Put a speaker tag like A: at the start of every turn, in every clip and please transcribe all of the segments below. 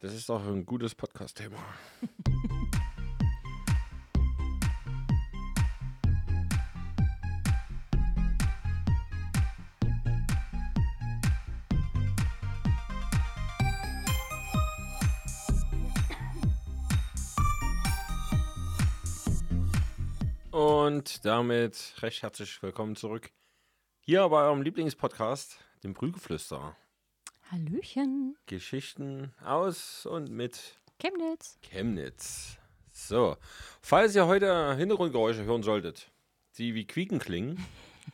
A: Das ist doch ein gutes Podcast-Thema. Und damit recht herzlich willkommen zurück hier bei eurem Lieblingspodcast, dem Brügeflüster.
B: Hallöchen,
A: Geschichten aus und mit
B: Chemnitz.
A: Chemnitz. So, falls ihr heute Hintergrundgeräusche hören solltet, die wie Quieken klingen,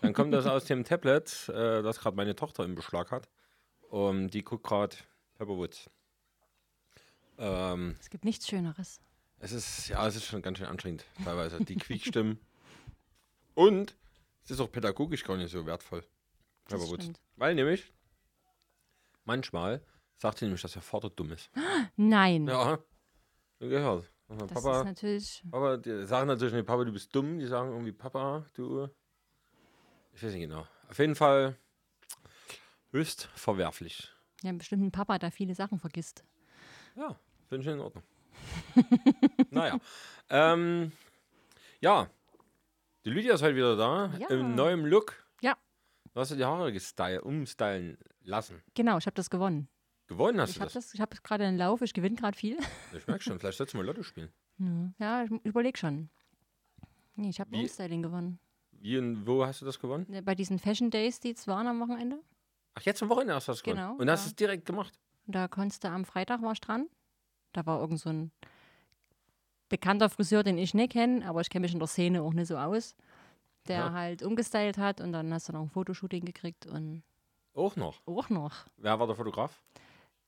A: dann kommt das aus dem Tablet, äh, das gerade meine Tochter im Beschlag hat. Und die guckt gerade Pepperwood. Ähm,
B: Es gibt nichts Schöneres.
A: es ist, ja, es ist schon ganz schön anstrengend teilweise, die Quietstimmen. Und es ist auch pädagogisch gar nicht so wertvoll.
B: Das
A: Pepperwood.
B: stimmt.
A: Weil nämlich, manchmal sagt sie nämlich, dass ihr Vater dumm ist.
B: Nein,
A: Ja, schon gehört. Und mein
B: das ist
A: Papa,
B: natürlich.
A: Papa, die sagen natürlich nicht, Papa, du bist dumm. Die sagen irgendwie, Papa, du. Ich weiß nicht genau. Auf jeden Fall höchst verwerflich.
B: Ja, bestimmt ein Papa, der viele Sachen vergisst.
A: Ja, finde ich in Ordnung. naja. Ähm, ja, die Lydia ist heute wieder da.
B: Ja.
A: Im neuen Look.
B: Ja.
A: Du hast ja die Haare gestylt, umstylen lassen.
B: Genau, ich habe das gewonnen.
A: Gewonnen hast
B: Ich
A: du
B: habe
A: das.
B: das, ich habe gerade einen Lauf, ich gewinne gerade viel.
A: Ich merke schon, vielleicht sollst du mal Lotto spielen.
B: Ja, ich überlege schon. Nee, ich habe
A: Wie-
B: Homestyling gewonnen.
A: Wie und wo hast du das gewonnen?
B: Ne, Bei diesen Fashion Days, die jetzt waren am Wochenende.
A: Ach, jetzt am Wochenende hast du das gewonnen.
B: Genau,
A: Und hast
B: ja.
A: es direkt gemacht.
B: Da konntest du am Freitag war ich dran. Da war irgend so ein bekannter Friseur, den ich nicht kenne, aber ich kenne mich in der Szene auch nicht so aus, der
A: Ja.
B: halt umgestylt hat und dann hast du noch ein Fotoshooting gekriegt und
A: Auch noch.
B: auch noch
A: Wer war der Fotograf?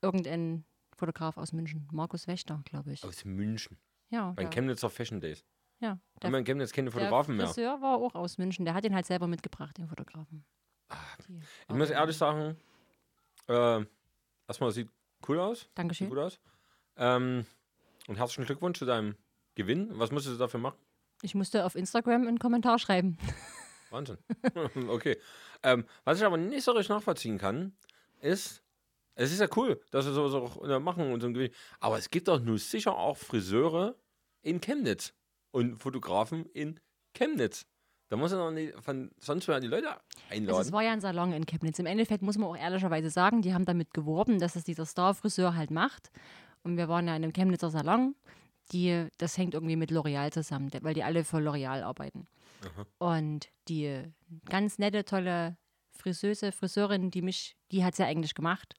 B: irgendein Fotograf aus München, Markus Wächter, glaube ich.
A: Aus München.
B: Ja,
A: Bei
B: der,
A: Chemnitzer Fashion Days.
B: ja.
A: Also, Haben wir
B: Der,
A: in Chemnitz keine
B: der
A: Fotografen mehr.
B: Friseur war auch aus München, der hat ihn halt selber mitgebracht, den Fotografen. Die-
A: Ah, Ich muss ehrlich sagen, äh, erstmal sieht cool aus. Sieht
B: Dankeschön.
A: gut aus. Ähm, und herzlichen Glückwunsch zu deinem Gewinn. Was musstest du dafür machen?
B: Ich musste auf Instagram einen Kommentar schreiben.
A: Wahnsinn. okay. Ähm, was ich aber nicht so richtig nachvollziehen kann, ist, es ist ja cool, dass wir sowas auch äh, machen und so ein Gewinn. Aber es gibt doch nur sicher auch Friseure in Chemnitz und Fotografen in Chemnitz. Da muss ja noch nicht von sonst woher die Leute
B: Also es
A: einladen.
B: war ja ein Salon in Chemnitz. Im Endeffekt muss man auch ehrlicherweise sagen, die haben damit geworben, dass es dieser Star-Friseur halt macht. Und wir waren ja in einem Chemnitzer Salon. Die, das hängt irgendwie mit L'Oreal zusammen, der- weil die alle für L'Oreal arbeiten. Und die ganz nette, tolle Friseuse, Friseurin, die mich, die hat es ja eigentlich gemacht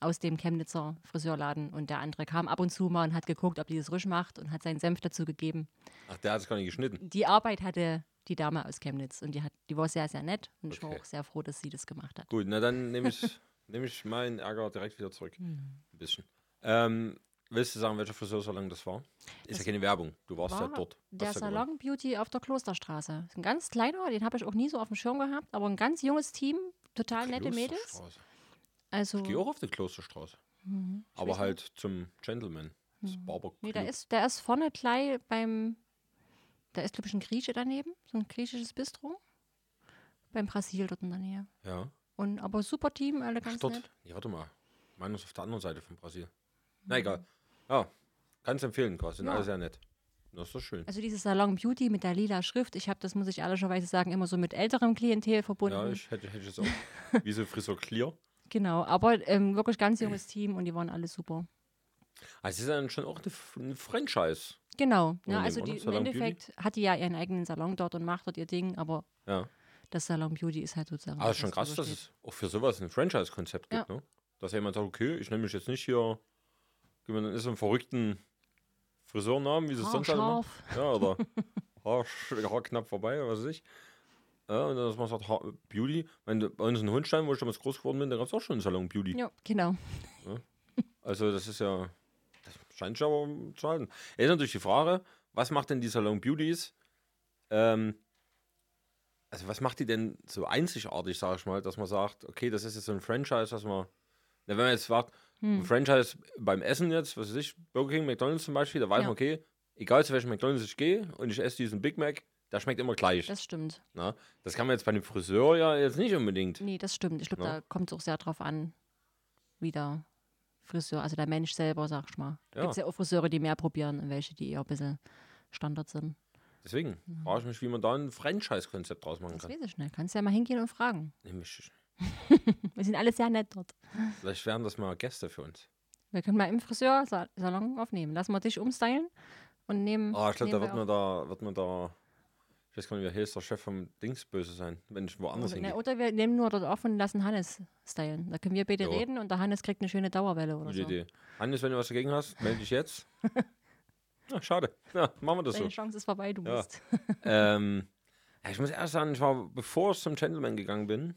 B: aus dem Chemnitzer Friseurladen. Und der andere kam ab und zu mal und hat geguckt, ob die das richtig macht und hat seinen Senf dazu gegeben
A: Ach, der hat es gar nicht geschnitten.
B: die Arbeit hatte die Dame aus Chemnitz und die, hat, die war sehr, sehr nett und ich war
A: Okay.
B: auch sehr froh, dass sie das gemacht hat.
A: Gut, na dann nehme ich, nehm ich meinen Ärger direkt wieder zurück.
B: Hm.
A: Ein bisschen. Ähm, willst du sagen, welcher Friseursalon das war? Ist ja keine Werbung. Du warst ja
B: war
A: dort. Hast
B: Der
A: ja gewonnen.
B: Salon Beauty auf der Klosterstraße. Ist Ein ganz kleiner, den habe ich auch nie so auf dem Schirm gehabt, aber ein ganz junges Team, total nette Mädels.
A: Klosterstraße.
B: Also,
A: Ich gehe auch auf die Klosterstraße. Aber halt zum Gentleman. Das Barber
B: Mhm. nee, da
A: Club.
B: ist, der ist vorne gleich beim, da ist glaube ich ein Grieche daneben, so ein griechisches Bistro. Beim Brasil dort in der Nähe.
A: Ja.
B: Und, aber super Team, alle
A: Ach,
B: ganz nett.
A: dort. Ja, warte mal. Meines auf der anderen Seite von Brasil. Na egal. Ja. Kannst empfehlen, quasi. Sind
B: Ja.
A: alle sehr nett. Das ist doch schön.
B: Also dieses Salon Beauty mit der lila Schrift, ich habe das, muss ich ehrlicherweise sagen, immer so mit älterem Klientel verbunden.
A: Ja, ich hätte, hätte ich jetzt auch. Wie so Friseur Clear.
B: Genau, aber ähm, wirklich ganz junges Team und die waren alle super.
A: Also es ist dann schon auch eine F- ein Franchise.
B: Genau,
A: Oder
B: ne, also
A: nebenan,
B: die, im
A: Salon Beauty?
B: Endeffekt hat die ja ihren eigenen Salon dort und macht dort ihr Ding, aber
A: Ja.
B: das Salon Beauty ist halt sozusagen.
A: Aber Ah,
B: das,
A: ist schon
B: was
A: krass,
B: drüber
A: dass
B: steht.
A: es auch für sowas ein Franchise-Konzept gibt, ne? Dass jemand sagt, okay, ich nehme mich jetzt nicht hier, gib mir dann ist so einen verrückten Friseurnamen, wie sie es sonst alle machen.
B: Haarscharf.
A: Ja, oder Haar, sch- Haar knapp vorbei, was weiß ich. Ja, und dann, dass man sagt, Haar, Beauty. Wenn du bei uns in Hundstein, wo ich damals groß geworden bin, da gab es auch schon einen Salon Beauty.
B: Ja, genau.
A: Also das ist ja, das scheint sich aber zu halten. Jetzt ist natürlich die Frage, was macht denn die Salon Beauties, ähm, also was macht die denn so einzigartig, sage ich mal, dass man sagt, okay, das ist jetzt so ein Franchise, was man, na, wenn man jetzt sagt,
B: Hm.
A: ein Franchise beim Essen jetzt, was weiß ich, Burger King, McDonalds zum Beispiel, da weiß
B: Ja.
A: man, okay, egal zu welchem McDonalds ich gehe und ich esse diesen Big Mac, der schmeckt immer gleich. Das,
B: Das stimmt.
A: na? das kann man jetzt bei dem Friseur ja jetzt nicht unbedingt.
B: Nee, das stimmt. Ich glaube,
A: Ja.
B: da kommt es auch sehr drauf an, wieder, Friseur, also der Mensch selber, sag ich mal. Da
A: Ja.
B: gibt es ja auch Friseure, die mehr probieren und welche, die eher ein bisschen Standard sind.
A: Deswegen frage ich mich, wie man da ein Franchise-Konzept draus machen
B: Das
A: kann.
B: weiß ich nicht. Kannst ja mal hingehen und fragen.
A: Nämlich,
B: Wir sind alle sehr nett dort.
A: vielleicht wären das mal Gäste für uns.
B: Wir können mal im Friseursalon aufnehmen. Lass mal dich umstylen und nehmen.
A: Ah, ich glaube, da
B: Mhm, nehmen
A: wird
B: wir
A: man da, wird man da, ich weiß gar nicht, wer hier ist, der Chef vom Dings böse sein, wenn ich
B: auch-
A: woanders
B: Na,
A: hingehe.
B: oder wir nehmen nur dort auf und lassen Hannes stylen. Da können wir beide
A: Ja.
B: reden und der Hannes kriegt eine schöne Dauerwelle oder
A: Gute
B: so.
A: Idee. Hannes, wenn du was dagegen hast, melde dich jetzt. Na, schade. Ja, machen wir das
B: Deine
A: so.
B: Chance ist vorbei, du
A: Ja.
B: musst.
A: ähm, ja, ich muss erst sagen, ich war, bevor ich zum Gentleman gegangen bin,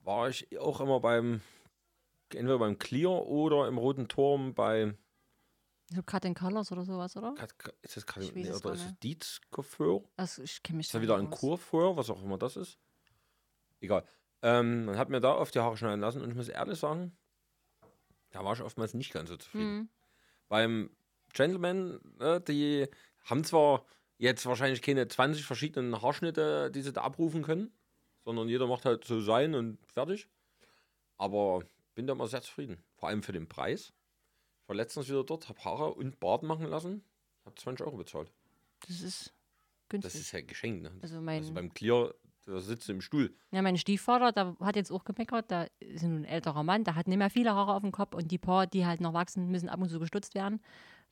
A: war ich auch immer beim, entweder beim Clear oder im Roten Turm
B: Hm.
A: bei,
B: So Cut in Colors oder sowas, oder?
A: Kat- Kat- ist das
B: Ich
A: gerade,
B: weiß
A: nee,
B: es
A: oder
B: gar
A: ist es
B: nicht.
A: Dietz Coiffeur?
B: Also, ich kenne mich
A: Ist da
B: da
A: wieder
B: nicht
A: ein
B: aus.
A: Kurfeuer, was auch immer das ist? Egal. Ähm, man hat mir da oft die Haare schneiden lassen und ich muss ehrlich sagen, da war ich oftmals nicht ganz so zufrieden.
B: Mhm.
A: Beim Gentleman, ne, die haben zwar jetzt wahrscheinlich keine 20 verschiedenen Haarschnitte, die sie da abrufen können, sondern jeder macht halt so sein und fertig. Aber bin da immer sehr zufrieden. Vor allem für den Preis. Ich war letztens wieder dort, habe Haare und Bart machen lassen, habe 20 Euro bezahlt.
B: Das ist
A: Das
B: günstig.
A: ist ja ein Geschenk, ne?
B: also mein,
A: Also beim Clear, da sitzt du im Stuhl.
B: ja, mein Stiefvater, der hat jetzt auch gemeckert, der ist nun ein älterer Mann, der hat nicht mehr viele Haare auf dem Kopf und die paar, die halt noch wachsen, müssen ab und zu gestutzt werden.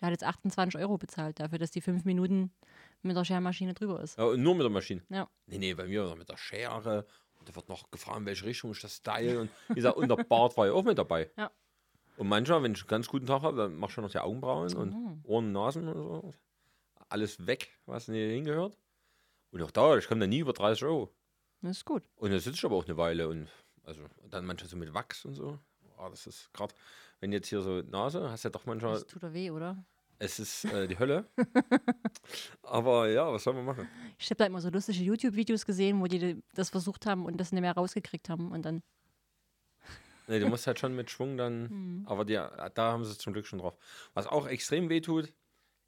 B: Der hat jetzt 28 Euro bezahlt dafür, dass die fünf Minuten mit der Schermaschine drüber ist.
A: Ja, und nur mit der Maschine.
B: Ja.
A: Nee, nee, bei mir war noch mit der Schere. Und da wird noch gefragt, in welche Richtung ich das style. Und wie gesagt, und der Bart war ja auch mit dabei.
B: Ja.
A: Und manchmal, wenn ich einen ganz guten Tag habe, dann mach ich schon noch die Augenbrauen
B: Mhm.
A: und Ohren, Nasen und so. Alles weg, was nicht hingehört. Und auch da, ich komme da nie über 30 Euro.
B: Das ist gut.
A: Und da sitze ich aber auch eine Weile. Und also und dann manchmal so mit Wachs und so. Ah, das ist gerade, wenn jetzt hier so Nase, hast ja doch manchmal
B: Das tut er weh, oder?
A: Es ist äh, die Hölle. Aber ja, was soll man machen?
B: Ich habe da immer so lustige YouTube-Videos gesehen, wo die das versucht haben und das nicht mehr rausgekriegt haben. Und dann,
A: Nee, du musst halt schon mit Schwung dann. Aber die, da haben sie es zum Glück schon drauf. Was auch extrem wehtut,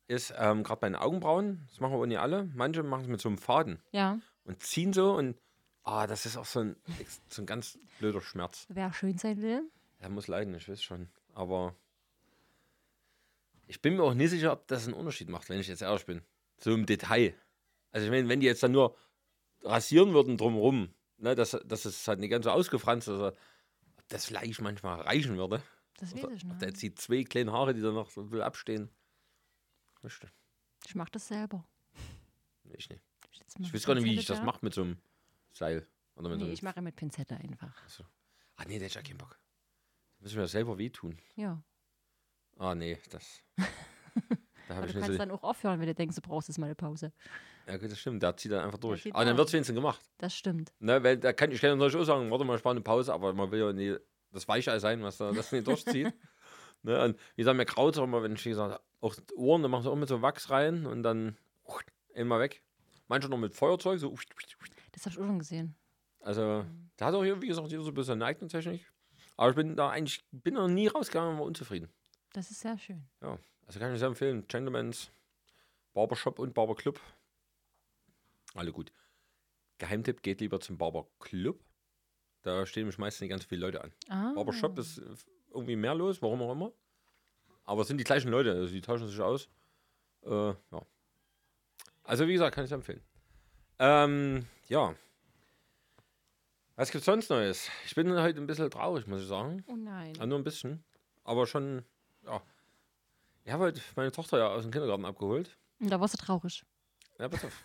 A: ist ähm, gerade bei den Augenbrauen. Das machen wir nicht alle. Manche machen es mit so einem Faden
B: ja,
A: und ziehen so und. Ah, das ist auch so ein, ex- so ein ganz blöder Schmerz.
B: wer schön sein will,
A: Er muss leiden, ich weiß schon. Aber ich bin mir auch nicht sicher, ob das einen Unterschied macht, wenn ich jetzt ehrlich bin. So im Detail. Also ich meine, wenn die jetzt dann nur rasieren würden drumherum, ne, dass, dass es halt nicht ganz so ausgefranst ist, ob das vielleicht manchmal reichen würde.
B: das weiß
A: Oder,
B: ich
A: ob da
B: nicht.
A: jetzt die zwei kleinen Haare, die da noch so ein bisschen abstehen. Weißt du,
B: Ich mache das selber.
A: Ich, nicht.
B: sitz mit
A: ich weiß gar nicht, wie
B: Pinzette
A: ich das
B: da.
A: mache mit so einem Seil. Oder mit so
B: Nee,
A: einem
B: ich mache mit Pinzette einfach.
A: ah, nee, der hat ja keinen Bock. Da müssen wir ja selber wehtun.
B: Ja.
A: Ah, nee, das. Da habe
B: Aber
A: ich
B: du
A: nicht
B: kannst
A: so
B: dann auch aufhören, wenn du denkst, du brauchst jetzt mal eine Pause.
A: Ja, gut, das stimmt. Der zieht dann einfach durch.
B: zieht
A: Aber dann
B: durch.
A: wird es wenigstens gemacht.
B: Das stimmt.
A: Ne? Weil da kann ich kann ja natürlich auch sagen, warte mal, ich war eine Pause, aber man will ja nie das Weichei sein, was da das nicht durchzieht. ne? Und wie gesagt, mir graut auch immer, wenn ich wie gesagt, auch die Ohren, da machen sie auch mit so Wachs rein und dann oh, immer weg. Manche noch mit Feuerzeug, so.
B: Das habe ich auch schon gesehen.
A: Also, da hat auch hier, wie gesagt, jeder so ein bisschen eine eigene Technik. Aber ich bin da eigentlich, bin noch nie rausgegangen und war unzufrieden.
B: Das ist sehr schön.
A: Ja, also kann ich sehr empfehlen. Gentleman's, Barbershop und Barberclub. Alle gut. Geheimtipp, geht lieber zum Barberclub. Da stehen mich meistens nicht ganz viele Leute an.
B: Ah,
A: Barbershop ist äh, irgendwie mehr los, warum auch immer. Aber es sind die gleichen Leute, also die tauschen sich aus. Äh, ja. Also wie gesagt, kann ich empfehlen. Ähm, ja. Was gibt's sonst Neues? Ich bin heute ein bisschen traurig, muss ich sagen.
B: Oh nein.
A: Ja, nur ein bisschen. Aber schon, ja. Ich habe heute meine Tochter ja aus dem Kindergarten abgeholt.
B: Und da warst du traurig.
A: Ja, pass auf.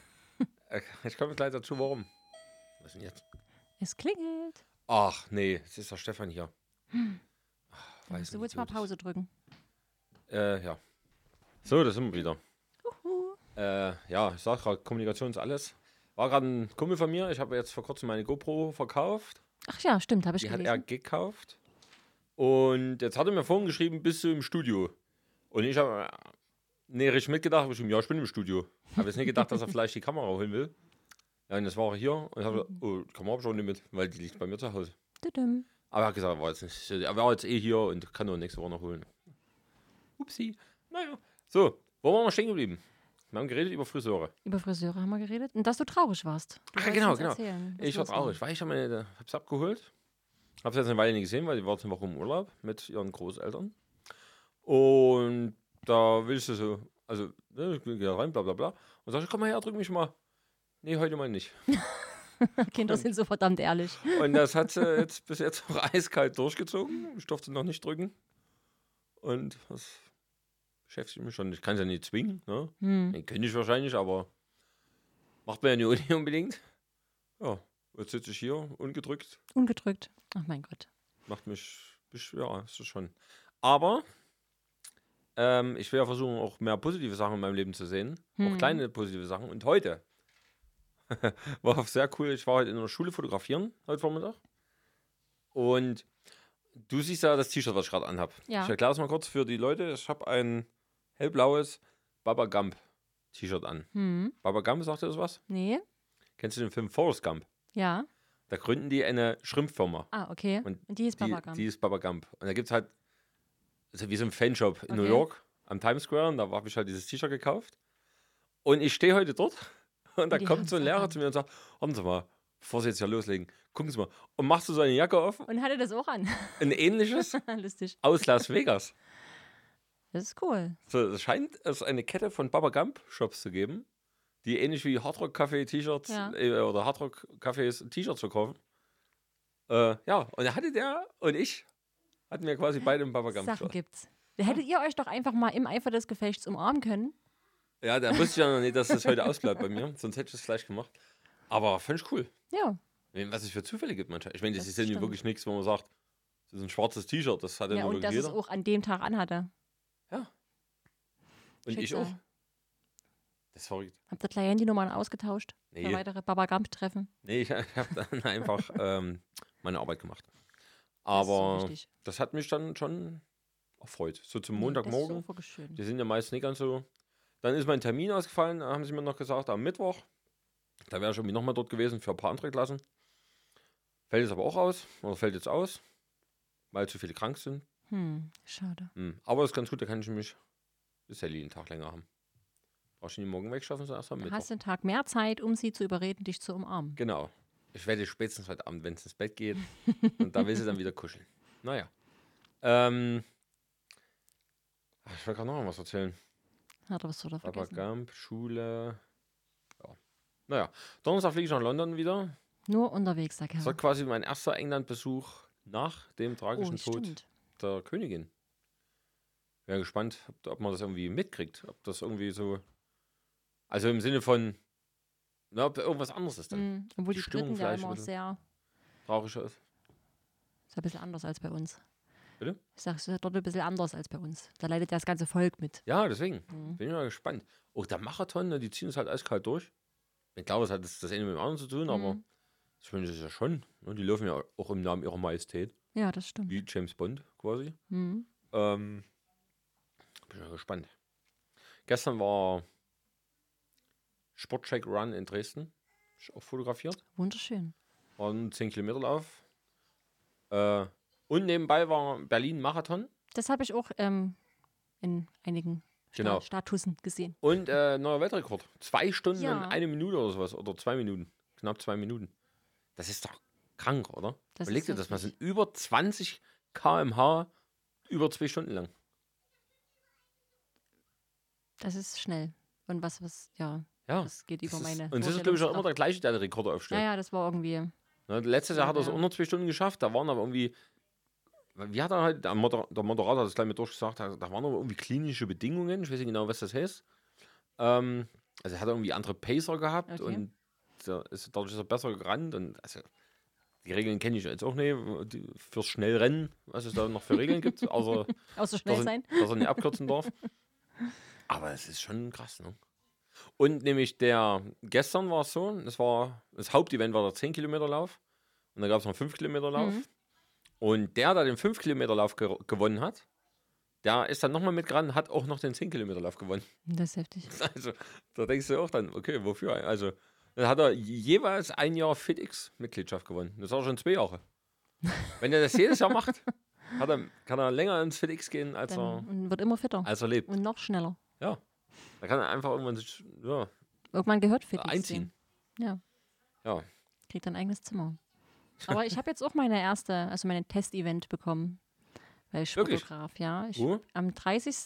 A: Äh, ich komme gleich dazu, warum. Was ist denn jetzt?
B: Es klingelt.
A: Ach, nee, es ist doch Stefan hier. Ach,
B: Hm. Dann musst du
A: nicht,
B: jetzt mal
A: wo das-
B: Pause drücken.
A: Äh, ja. So, da sind wir wieder.
B: Uhu.
A: Äh, ja, ich sag gerade, Kommunikation ist alles. War gerade ein Kumpel von mir. Ich habe jetzt vor kurzem meine GoPro verkauft.
B: Ach ja, stimmt, habe ich
A: Die hat
B: gelesen.
A: er gekauft. Und jetzt hat er mir vorhin geschrieben, bist du im Studio? Und ich habe äh, nee, richtig mitgedacht, hab geschrieben, ja, ich bin im Studio. Habe jetzt nicht gedacht, dass er vielleicht die Kamera holen will. Ja, und das war er hier. Und ich habe gesagt, oh, die Kamera hab ich auch nicht mit, weil die liegt bei mir zu Hause.
B: Tudum.
A: Aber er hat gesagt, er war jetzt, nicht, so- er war jetzt eh hier und kann nur nächste Woche noch holen. Upsi. Naja. So, wo waren wir stehen geblieben? Wir haben geredet über Friseure.
B: Über Friseure haben wir geredet. Und dass du traurig warst. Du
A: Ach,
B: wolltest
A: genau,
B: uns
A: genau.
B: erzählen, was
A: ich war
B: los war.
A: traurig, weil ich habe meine, hab's abgeholt. Habe sie jetzt eine Weile nicht gesehen, weil die war jetzt eine Woche im Urlaub mit ihren Großeltern. Und da willst du so, also, ne, ich gehe rein, bla bla bla. Und sagst, komm mal her, drück mich mal. Nee, heute mal nicht.
B: Kinder sind so verdammt ehrlich.
A: Und das hat sie jetzt bis jetzt auch eiskalt durchgezogen. Ich durfte noch nicht drücken. Und das beschäftigt mich schon. Ich kann es ja nicht zwingen. Ne?
B: Hm.
A: Den könnte ich wahrscheinlich, aber macht man ja nicht unbedingt. Ja, jetzt sitze ich hier ungedrückt.
B: Ungedrückt. Ach Oh mein Gott.
A: Macht mich, mich ja, ist das schon. Aber ähm, ich will ja versuchen, auch mehr positive Sachen in meinem Leben zu sehen. Auch
B: Hm.
A: kleine positive Sachen. Und heute war sehr cool. Ich war heute in der Schule fotografieren, heute Vormittag. Und du siehst ja das T-Shirt, was ich gerade anhab.
B: Ja.
A: Ich erkläre es mal kurz für die Leute. Ich habe ein hellblaues Baba Gump T-Shirt an.
B: Hm.
A: Baba Gump, sagt dir das was?
B: Nee?
A: Kennst du den Film Forrest Gump?
B: Ja.
A: Da gründen die eine Schrimpffirma.
B: Ah, okay.
A: Und
B: Und, die ist
A: Die,
B: Babagam.
A: die ist Baba Gump. Und da gibt es halt, also wie so ein Fanshop in New
B: Okay.
A: York am Times Square. Und da habe ich halt dieses T-Shirt gekauft. Und ich stehe heute dort. Und da
B: die
A: kommt
B: haben's
A: so ein Lehrer
B: erkannt.
A: zu mir und sagt: Haben Sie mal, bevor Sie jetzt hier loslegen, gucken Sie mal. Und machst du seine Jacke auf?
B: Und hatte das auch an.
A: Ein ähnliches
B: Lustig.
A: aus Las Vegas.
B: Das ist cool.
A: So, es scheint es eine Kette von Baba Gump Shops zu geben, die ähnlich wie Hardrock Café T-Shirts
B: Ja.
A: äh, oder Hardrock Cafés T-Shirts verkaufen. Äh, ja, und da hatte der und ich hatten wir quasi beide einen Baba Gump
B: Sachen
A: Shirt.
B: gibt's. Da hättet ihr euch doch einfach mal im Eifer des Gefechts umarmen können.
A: Ja, da wusste ich ja noch nicht, dass das heute ausbleibt bei mir, sonst hätte ich es gleich gemacht. Aber fand ich cool.
B: Ja.
A: Was es für Zufälle gibt manchmal. Ich meine, das,
B: Das
A: ist ja nun
B: stimmt.
A: wirklich nichts, wo man sagt, das ist ein schwarzes T-Shirt, das hat ja,
B: Ja,
A: Also nur
B: und dass
A: wirklich
B: es
A: jeder.
B: auch an dem Tag anhatte.
A: Und ich
B: Schicksal.
A: auch. Das ist verrückt.
B: Habt ihr gleich Handynummern ausgetauscht? Für
A: Nee.
B: weitere Babagam-Treffen.
A: Nee, ich, ich habe dann einfach ähm, meine Arbeit gemacht.
B: Das ist so
A: Aber das,
B: wichtig.
A: hat mich dann schon erfreut. So zum
B: Das
A: Montagmorgen.
B: ist so wirklich schön.
A: Die sind ja meist nicht ganz so. Dann ist mein Termin ausgefallen, äh, haben sie mir noch gesagt, am Mittwoch. Da wäre ich irgendwie nochmal dort gewesen für ein paar andere Klassen. Fällt jetzt aber auch aus, oder fällt jetzt aus, weil zu viele krank sind.
B: Hm, schade.
A: Hm. Aber ist ganz gut, da kann ich mich bis Sally einen Tag länger haben. Brauchst du nicht morgen wegschaffen, sondern erst am
B: Du
A: Mittwoch.
B: hast den Tag mehr Zeit, um sie zu überreden, dich zu umarmen.
A: Genau. Ich werde spätestens heute Abend, wenn es ins Bett geht. und da will sie dann wieder kuscheln. Naja. Ähm, ach, ich wollte gerade noch mal was erzählen.
B: Hat er was oder
A: Papa
B: vergessen?
A: Gump, Schule. Ja. Naja. Donnerstag fliege ich nach London wieder.
B: Nur unterwegs, der
A: Das
B: Kerl.
A: war quasi mein erster England-Besuch nach dem
B: Oh,
A: tragischen Tod
B: stimmt.
A: der Königin. Wäre gespannt, ob, ob man das irgendwie mitkriegt. Ob das irgendwie so. Also im Sinne von. Na, ob irgendwas anderes ist dann.
B: Hm, obwohl
A: die
B: die,
A: Stimmung
B: Briten ja
A: vielleicht
B: immer
A: ein
B: auch
A: bisschen.
B: sehr,
A: Tragischer ist.
B: ist ein bisschen anders als bei uns.
A: Bitte?
B: Ich sag, es ist dort ein bisschen anders als bei uns. Da leidet ja das ganze Volk mit.
A: Ja, deswegen.
B: Mhm.
A: Bin ich mal gespannt. Auch der Marathon, ne, die ziehen es halt eiskalt durch. Ich glaube, das hat das, das eine mit dem anderen zu tun, aber
B: Mhm.
A: ich meine, das ist ja schon. Ne? Die laufen ja auch im Namen ihrer Majestät,
B: Ja, das stimmt.
A: wie James Bond quasi.
B: Hm.
A: Ähm, bin mal gespannt. Gestern war Sportcheck Run in Dresden. Hab Ich auch fotografiert.
B: Wunderschön.
A: War ein 10-Kilometer-Lauf. Äh, und nebenbei war Berlin-Marathon.
B: Das habe ich auch ähm, in einigen Sta
A: Genau.
B: Statusen gesehen.
A: Und äh, neuer Weltrekord. Zwei Stunden
B: Ja.
A: und eine Minute oder sowas. Oder zwei Minuten. Knapp zwei Minuten. Das ist doch krank, oder?
B: Das
A: Überleg
B: ist
A: dir das mal. Das
B: wirklich-
A: sind über 20 km/h über zwei Stunden lang.
B: Das ist schnell. Und was, was, ja,
A: Ja.
B: das geht
A: Ah, Das
B: über
A: ist,
B: meine.
A: und das ist, glaube ich, auch immer der
B: Vorstellungskraft.
A: gleiche, der die Rekorde aufstellt.
B: Naja, das war irgendwie.
A: Ne, letztes Jahr hat er es
B: Ja.
A: unter zwei Stunden geschafft. Da waren aber irgendwie. Wie hat er halt, der, Moder der Moderator hat es gleich mit durchgesagt, da da waren aber irgendwie klinische Bedingungen. Ich weiß nicht genau, was das heißt. Ähm, also er hat irgendwie andere Pacer gehabt
B: Okay.
A: und da ist, dadurch ist er besser gerannt. Und also, die Regeln kenne ich jetzt auch nicht. die- Fürs Schnellrennen, was es da noch für Regeln gibt, außer
B: Außer
A: dass
B: schnell
A: er,
B: sein.
A: dass er nicht abkürzen darf. Aber es ist schon krass, ne? Und nämlich der, gestern war es so, das war, das Hauptevent war der 10-Kilometer-Lauf und da gab es noch einen 5-Kilometer-Lauf.
B: Mhm.
A: Und der, der den 5-Kilometer-Lauf ge gewonnen hat, der ist dann nochmal mitgerannt, hat auch noch den 10-Kilometer-Lauf gewonnen.
B: Das ist heftig.
A: Also, da denkst du auch dann, okay, wofür? Also, dann hat er jeweils ein Jahr FitX-Mitgliedschaft gewonnen. Das war schon zwei Jahre. Wenn er das jedes Jahr macht, hat er, kann er länger ins FitX gehen, als, er,
B: Dann, und wird immer fitter.
A: als er lebt.
B: Und noch schneller.
A: Da kann er einfach irgendwann sich ja,
B: Irgendwann gehört fit.
A: einziehen.
B: Ja.
A: Ja.
B: Kriegt ein eigenes Zimmer. Aber ich habe jetzt auch meine erste, also mein Testevent bekommen. Weil ich
A: Wirklich?
B: Fotograf, ja. Ich,
A: Wo?
B: Am 30.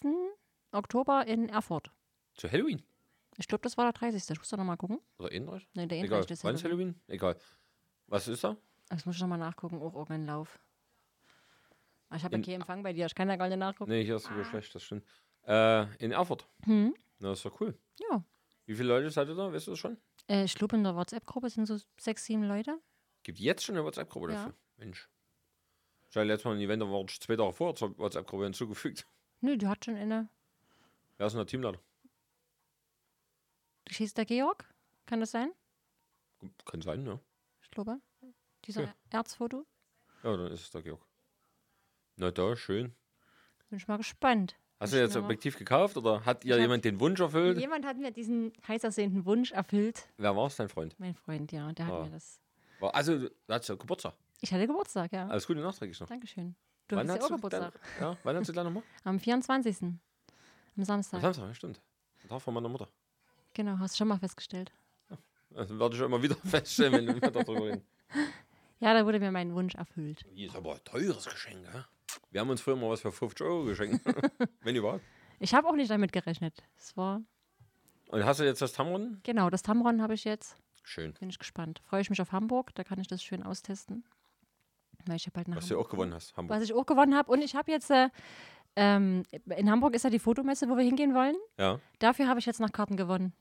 B: Oktober in Erfurt.
A: Zu Halloween?
B: Ich glaube, das war der 30. Ich muss da nochmal gucken.
A: Oder Indrecht?
B: Nee, der
A: Egal.
B: 31. ist
A: Wann ist
B: Halloween.
A: Halloween? Egal. Was ist da?
B: Das muss ich nochmal nachgucken. Auch irgendein Lauf. Aber ich habe ja
A: In-
B: keinen Empfang bei dir. Ich kann da gar nicht nachgucken.
A: Nee, hier ist sogar schlecht, das stimmt. Äh, in Erfurt.
B: Ah. Hm?
A: Na, ist doch cool.
B: Ja.
A: Wie viele Leute seid ihr da? Weißt du das schon?
B: Äh, ich glaube, in der WhatsApp-Gruppe sind so sechs, sieben Leute.
A: Gibt jetzt schon eine WhatsApp-Gruppe
B: Ja.
A: dafür? Mensch. Ich hatte letztes Mal ein Event, da war ich zwei Tage vorher zur WhatsApp-Gruppe hinzugefügt.
B: Nö, die hat schon eine.
A: Wer ist denn der Teamleiter?
B: Schießt der Georg? Kann das sein?
A: Kann sein, ne?
B: Ich glaube. Dieser
A: Ja.
B: Erzfoto.
A: Ja, dann ist es der Georg. Na da, schön.
B: Bin ich mal gespannt.
A: Hast
B: Ich
A: du jetzt
B: bin aber-
A: Objektiv gekauft oder hat
B: Genau. Ich
A: dir
B: hab-
A: jemand den Wunsch erfüllt?
B: Jemand hat mir diesen heißersehnten Wunsch erfüllt.
A: Wer war es, dein Freund?
B: Mein Freund, ja, der hat
A: Ah.
B: mir das.
A: War, also, du hattest ja Geburtstag.
B: Ich hatte Geburtstag, ja.
A: Alles Gute nachträglich noch.
B: Dankeschön. Du hast ja
A: hattest
B: auch Geburtstag.
A: Dann, ja, wann hast du gleich nochmal?
B: Am 24. Am
A: Am
B: Samstag.
A: Samstag, ja, stimmt. Am Tag von meiner Mutter.
B: Genau, hast du schon mal festgestellt.
A: Das werde ich immer wieder feststellen, wenn wir darüber reden.
B: Ja, da wurde mir mein Wunsch erfüllt.
A: Hier ist aber ein teures Geschenk, hä? Wir haben uns früher mal was für 50 Euro geschenkt. wenn überhaupt.
B: Ich habe auch nicht damit gerechnet. Es war,
A: Und hast du jetzt das Tamron?
B: genau, das Tamron habe ich jetzt.
A: Schön.
B: Bin ich gespannt. Freue ich mich auf Hamburg, da kann ich das schön austesten. Weil ich ja bald nach
A: Was du ja
B: Hamburg.
A: auch gewonnen hast, Hamburg.
B: Was ich auch gewonnen habe. Und ich habe jetzt, äh, ähm, in Hamburg ist ja die Fotomesse, wo wir hingehen wollen.
A: Ja.
B: Dafür habe ich jetzt noch Karten gewonnen.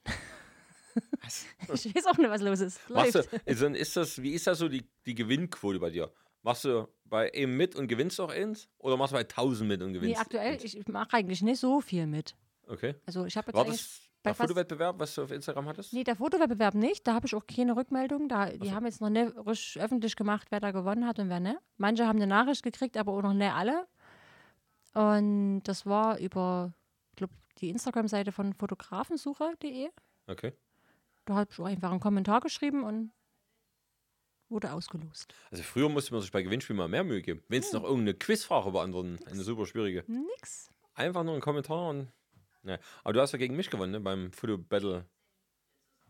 B: Ich weiß auch nicht, was los ist.
A: Machst du,
B: Läuft.
A: also dann ist das, wie ist das so die, die Gewinnquote bei dir? Machst du bei einem mit und gewinnst auch eins? Oder machst du bei 1000 mit und gewinnst?
B: Nee, aktuell,
A: eins?
B: ich mache eigentlich nicht so viel mit.
A: Okay.
B: Also ich habe jetzt
A: War
B: eigentlich.
A: das
B: bei
A: der
B: fast-
A: Fotowettbewerb, was du auf Instagram hattest?
B: Nee, der Fotowettbewerb nicht. Da habe ich auch keine Rückmeldung. Da, die haben jetzt noch nicht risch- öffentlich gemacht, wer da gewonnen hat und wer nicht. Manche haben eine Nachricht gekriegt, aber auch noch nicht alle. Und das war über, ich glaub, die Instagram-Seite von fotografensuche.de.
A: Okay.
B: Da habe ich auch einfach einen Kommentar geschrieben und wurde ausgelost.
A: Also früher musste man sich bei Gewinnspielen mal mehr Mühe geben. Wenn es
B: Hm.
A: noch irgendeine Quizfrage beantworten, eine super schwierige.
B: Nix.
A: Einfach nur einen Kommentar und. Ne. Aber du hast ja gegen mich gewonnen, ne? Beim Foto Battle.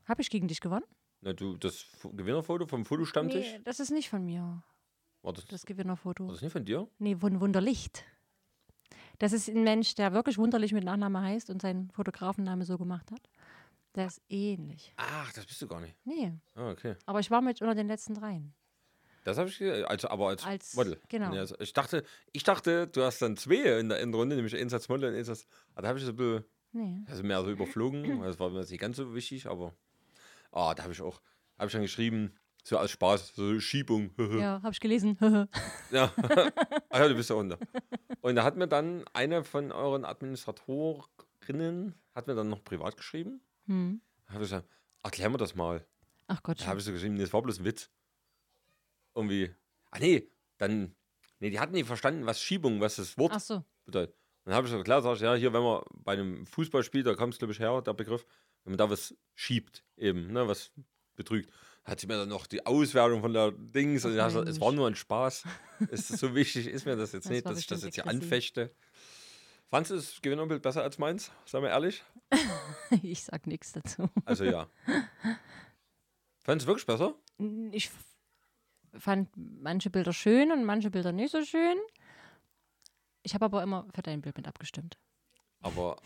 B: Habe ich gegen dich gewonnen?
A: Na, du, das F Gewinnerfoto vom Fotostammtisch?
B: Nee, das ist nicht von mir,
A: War, das,
B: das Gewinnerfoto.
A: war das nicht von dir?
B: Nee, von Wunderlicht. Das ist ein Mensch, der wirklich wunderlich mit Nachname heißt und seinen Fotografenname so gemacht hat. Der ist ähnlich.
A: Ach, das bist du gar nicht.
B: Nee,
A: Ah, okay.
B: aber ich war mit unter den letzten dreien.
A: Das habe ich ge- also aber als,
B: Als-
A: Model.
B: genau.
A: Nee, also ich dachte, ich dachte, du hast dann zwei in der Endrunde, nämlich eins als Model und eins als. Ah, Da habe ich so ein bisschen,
B: Nee.
A: also mehr so überflogen, weil das war mir jetzt nicht ganz so wichtig, aber ah, da habe ich auch, habe ich dann geschrieben, so aus Spaß, so Schiebung.
B: Ja, habe ich gelesen.
A: ja. ah ja, du bist ja unter. Und da hat mir dann eine von euren Administratorinnen hat mir dann noch privat geschrieben.
B: hm.
A: Da habe ich gesagt, erklär mir das mal.
B: Ach Gott.
A: Da habe ich so geschrieben, nee, das war bloß ein Witz. Irgendwie. Ah nee, dann. Nee, die hatten nicht verstanden, was Schiebung, was das Wort
B: Ach so.
A: bedeutet. Dann habe ich so klar, sag ich, ja, hier, wenn man bei einem Fußballspiel, da kommt es, glaube ich, her, der Begriff, wenn man da was schiebt, eben, ne, was betrügt. Hat sie mir dann noch die Auswertung von der Dings, also,
B: Ach,
A: ich dachte, es
B: Mensch.
A: war nur ein Spaß. ist das so wichtig, ist mir das jetzt
B: Das
A: nicht,
B: war
A: dass ich das
B: bestimmt
A: jetzt hier
B: exzessiv.
A: anfechte. Fandst du das Gewinnerbild besser als meins? Sei mal ehrlich.
B: Ich sag nichts dazu.
A: Also ja. Fandst du wirklich besser?
B: Ich f- fand manche Bilder schön und manche Bilder nicht so schön. Ich habe aber immer für dein Bild mit abgestimmt.
A: Aber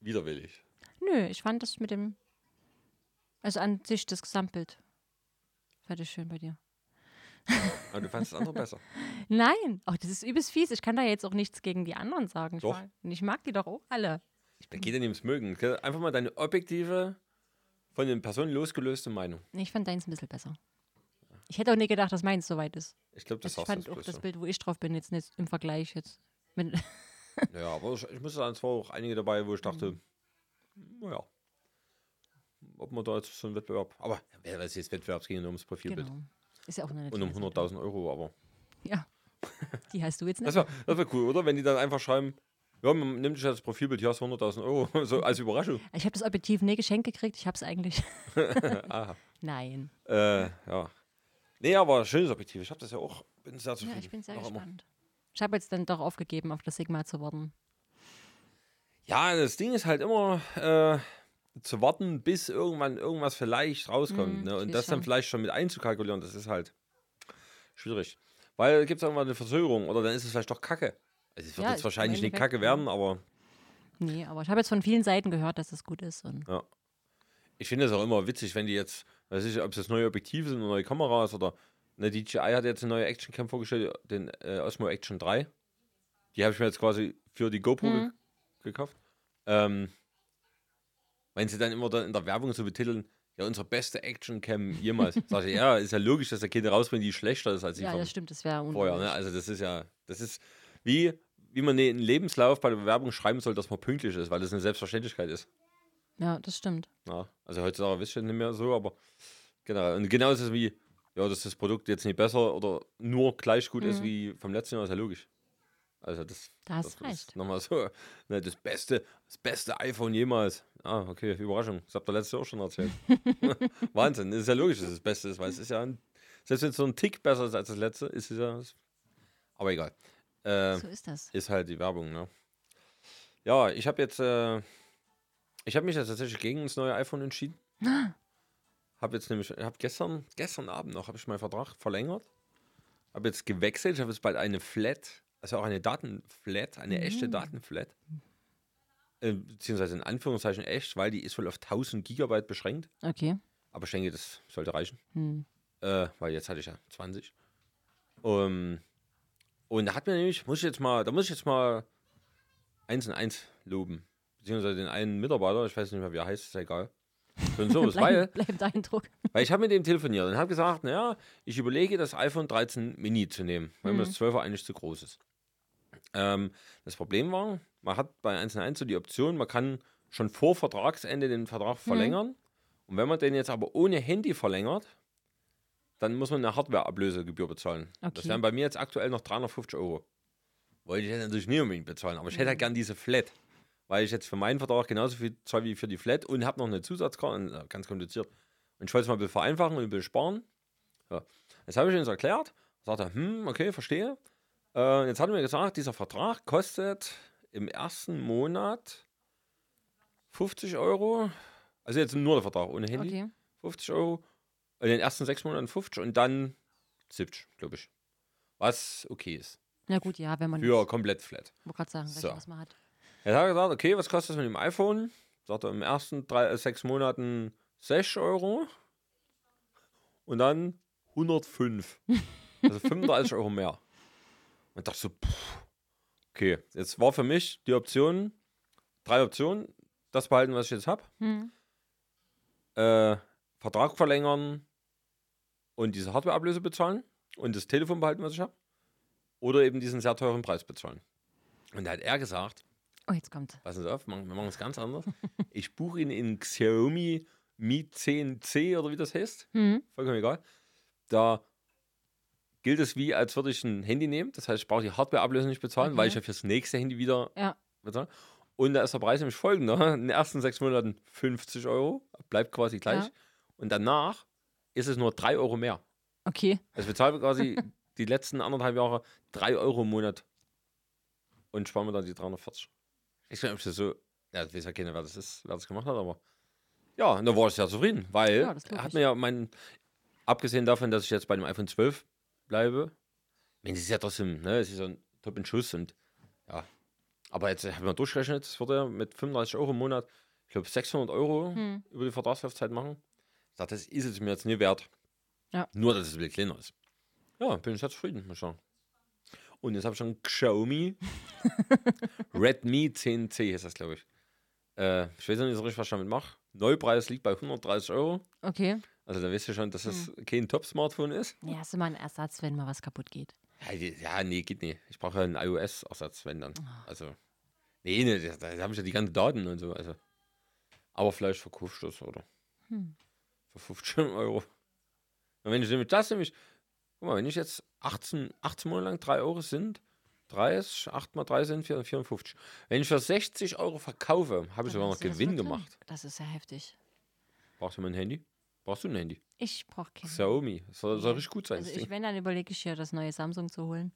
A: widerwillig.
B: Nö, ich fand das mit dem. Also an sich das Gesamtbild. Fand ich schön bei dir.
A: Aber du fandest das andere besser.
B: Nein, oh, das ist übelst fies. Ich kann da jetzt auch nichts gegen die anderen sagen. Ich
A: Doch.
B: mag, ich mag die doch auch alle.
A: Da geht ja nicht ums Mögen. gell? Einfach mal deine objektive, von den Personen losgelöste Meinung.
B: Nee, Ich fand deins ein bisschen besser. Ich hätte auch nicht gedacht, dass meins so weit ist.
A: Ich glaube, das
B: Also ich
A: hast
B: fand
A: du
B: auch
A: bloß
B: das
A: so.
B: Bild, wo ich drauf bin, jetzt nicht im Vergleich jetzt. Mit,
A: Ja, aber ich, ich muss sagen, es waren auch einige dabei, wo ich dachte,
B: Mhm.
A: naja, ob man da jetzt so einen Wettbewerb. Aber wer weiß jetzt, Wettbewerb es ging ja nur ums Profilbild.
B: genau. Ist ja auch eine
A: Und um 100.000 Euro, aber.
B: Ja. Die hast du jetzt
A: Das
B: nicht.
A: wäre das wär cool, oder? Wenn die dann einfach schreiben, ja, man nimmt sich das Profilbild, hier hast du 100.000 Euro, so als Überraschung.
B: Ich habe das Objektiv nie geschenkt gekriegt. Ich habe es eigentlich.
A: Aha.
B: Nein.
A: Äh, ja. Nee, aber schönes Objektiv. Ich habe das ja auch, bin sehr
B: Ja,
A: zufrieden.
B: ich bin sehr
A: Noch immer.
B: gespannt. Ich habe jetzt dann doch aufgegeben, auf das Sigma zu warten.
A: Ja, das Ding ist halt immer äh, zu warten, bis irgendwann irgendwas vielleicht rauskommt.
B: Mm,
A: ne?
B: ich
A: Und
B: weiß
A: das dann
B: schon.
A: vielleicht schon mit einzukalkulieren, das ist halt schwierig. Weil gibt es irgendwann eine Verzögerung oder dann ist es vielleicht doch Kacke. Also es wird
B: Ja,
A: jetzt
B: ist-
A: wahrscheinlich
B: im
A: nicht
B: Endeffekt-
A: Kacke werden, aber
B: Nee, aber ich habe jetzt von vielen Seiten gehört, dass das gut ist. Und
A: ich finde es auch immer witzig, wenn die jetzt, weiß ich, ob es jetzt neue Objektive sind oder neue Kameras oder ne, eine DJI hat jetzt eine neue Actioncam vorgestellt, den äh, Osmo Action 3. Die habe ich mir jetzt quasi für die GoPro
B: Hm.
A: ge gekauft. Ähm, wenn sie dann immer dann in der Werbung so betiteln, ja, unsere beste Actioncam jemals. Sag ich, ja, ist ja logisch, dass da keine rausbringt, die schlechter ist als die
B: ja,
A: von
B: das stimmt, das wäre
A: vorher. Ne? Also das ist ja, das ist wie, wie man einen Lebenslauf bei der Bewerbung schreiben soll, dass man pünktlich ist, weil das eine Selbstverständlichkeit ist.
B: Ja, das stimmt.
A: Ja, also heutzutage wisst ihr nicht mehr so, aber generell. Und genau ist es wie, ja, dass das Produkt jetzt nicht besser oder nur gleich gut ist wie vom letzten Jahr, ist ja logisch. Also das,
B: Mhm. Da hast du
A: das
B: recht.
A: ist nochmal so, ne, das beste, das beste iPhone jemals. Ah, okay, Überraschung. Das habt ihr letztes Jahr auch schon erzählt. Wahnsinn, das ist ja logisch, dass es das Beste ist, weil es ist ja, ein, selbst wenn es so ein Tick besser ist als das letzte, ist es ja, aber egal. Ähm,
B: So ist das.
A: ist halt die Werbung, ne? Ja, ich habe jetzt, äh, ich habe mich jetzt tatsächlich gegen das neue iPhone entschieden. Habe jetzt nämlich, habe gestern, gestern Abend noch, habe ich meinen Vertrag verlängert. Habe jetzt gewechselt, ich habe jetzt bald eine Flat, also auch eine Datenflat, eine echte Datenflat. Äh, beziehungsweise in Anführungszeichen echt, weil die ist wohl auf 1000 Gigabyte beschränkt.
B: Okay.
A: Aber ich denke, das sollte reichen.
B: Hm.
A: Äh, weil jetzt hatte ich ja 20. Ähm, und da hat mir nämlich, muss ich jetzt mal, da muss ich jetzt mal eins und eins loben. Beziehungsweise den einen Mitarbeiter, ich weiß nicht mehr, wie er heißt, ist ja egal. So und so, weil,
B: Bleib, bleibend Eindruck.
A: weil ich habe mit dem telefoniert und habe gesagt, naja, ich überlege, das iPhone 13 Mini zu nehmen, weil mir das 12er eigentlich zu groß ist. Ähm, das Problem war, man hat bei 1 und 1 so die Option, man kann schon vor Vertragsende den Vertrag verlängern. Und wenn man den jetzt aber ohne Handy verlängert, dann muss man eine Hardwareablösegebühr bezahlen. Das
B: Okay.
A: wären bei mir jetzt aktuell noch 350 Euro. Wollte ich jetzt natürlich nie unbedingt bezahlen, aber ich hätte halt gern diese Flat. Weil ich jetzt für meinen Vertrag genauso viel zahle wie für die Flat und habe noch eine Zusatzkarte, äh, ganz kompliziert. Und ich wollte es mal ein bisschen vereinfachen und ein bisschen sparen. Ja. Das habe ich ihm so erklärt. Sagt er, hm, okay, verstehe. Äh, jetzt hat er mir gesagt, dieser Vertrag kostet im ersten Monat 50 Euro. Also jetzt nur der Vertrag ohne Handy.
B: Okay.
A: 50 Euro. In den ersten sechs Monaten 50 und dann 70, glaube ich. Was okay ist.
B: Na gut, ja, wenn man.
A: Für komplett flat.
B: Ich wollte gerade sagen,
A: So.
B: welche, was man hat.
A: Jetzt hat er gesagt, okay, was kostet das mit dem iPhone? Sagt er, im ersten drei, äh, sechs Monaten 6 Euro und dann 105. Also 35 Euro mehr. Und dachte so, pff, okay, jetzt war für mich die Option, drei Optionen, das behalten, was ich jetzt habe,
B: Hm.
A: äh, Vertrag verlängern und diese Hardwareablöse bezahlen und das Telefon behalten, was ich habe, oder eben diesen sehr teuren Preis bezahlen. Und da hat er gesagt,
B: Oh, jetzt kommt.
A: Passen Sie auf, machen- wir machen es ganz anders. Ich buche ihn in Xiaomi Mi 10C oder wie das heißt.
B: Hm.
A: Vollkommen egal. Da gilt es wie, als würde ich ein Handy nehmen. Das heißt, ich brauche die Hardwareablösung nicht bezahlen, weil
B: Okay.
A: ich ja fürs nächste Handy wieder
B: Mhm. Ja.
A: bezahle. Und da ist der Preis nämlich folgender. In den ersten sechs Monaten 50 Euro, bleibt quasi gleich.
B: Ja.
A: Und danach ist es nur 3 Euro mehr.
B: Okay.
A: Also ich bezahle quasi die letzten anderthalb Jahre 3 Euro im Monat und sparen mir dann die 340. Ich glaube, ob ich das so, ja, ich weiß ja keiner, wer das ist, wer das gemacht hat, aber ja, und da war ich sehr zufrieden, weil
B: Ja, das glaub
A: er hat
B: ich.
A: mir ja mein, abgesehen davon, dass ich jetzt bei dem iPhone 12 bleibe, wenn es ist ja trotzdem, ne, es ist ja ein top in Schuss und ja, aber jetzt haben wir durchgerechnet, es würde ja mit 35 Euro im Monat, ich glaube 600 Euro
B: Hm.
A: über die Vertragslaufzeit machen. Ich dachte, das ist es mir jetzt nie wert.
B: Ja.
A: Nur, dass es ein bisschen kleiner ist. Ja, bin ich sehr zufrieden, muss ich sagen. Und jetzt habe ich schon Xiaomi Redmi 10C, ist das, glaube ich. Äh, ich weiß noch nicht so richtig, was ich damit mache. Neupreis liegt bei 130 Euro.
B: Okay.
A: Also da weißt du schon, dass es kein Top-Smartphone ist.
B: Ja, hast du mal einen Ersatz, wenn mal was kaputt geht.
A: Ja, die- ja, nee, geht nicht. Ich brauche ja einen iOS-Ersatz, wenn dann.
B: Ah.
A: Also, nee, nee, da, da habe ich ja die ganzen Daten und so. Also. Aber vielleicht verkaufst du es, oder?
B: Hm.
A: Für 15 Euro. Und wenn ich nämlich das nämlich, guck mal, wenn ich jetzt 18, 18 Monate lang 3 Euro sind, 30, 8 mal 3 sind 4 54. Wenn ich für 60 Euro verkaufe, habe ich
B: Dann
A: sogar noch
B: hast du das
A: Gewinn
B: mit drin.
A: gemacht.
B: ne? Das ist ja heftig.
A: Brauchst du mein Handy? Brauchst du ein Handy?
B: Ich brauche kein.
A: Xiaomi. Soll, soll
B: Ja.
A: richtig gut sein,
B: Also
A: das
B: ich,
A: Ding.
B: wenn, dann überlege ich hier, das neue Samsung zu holen,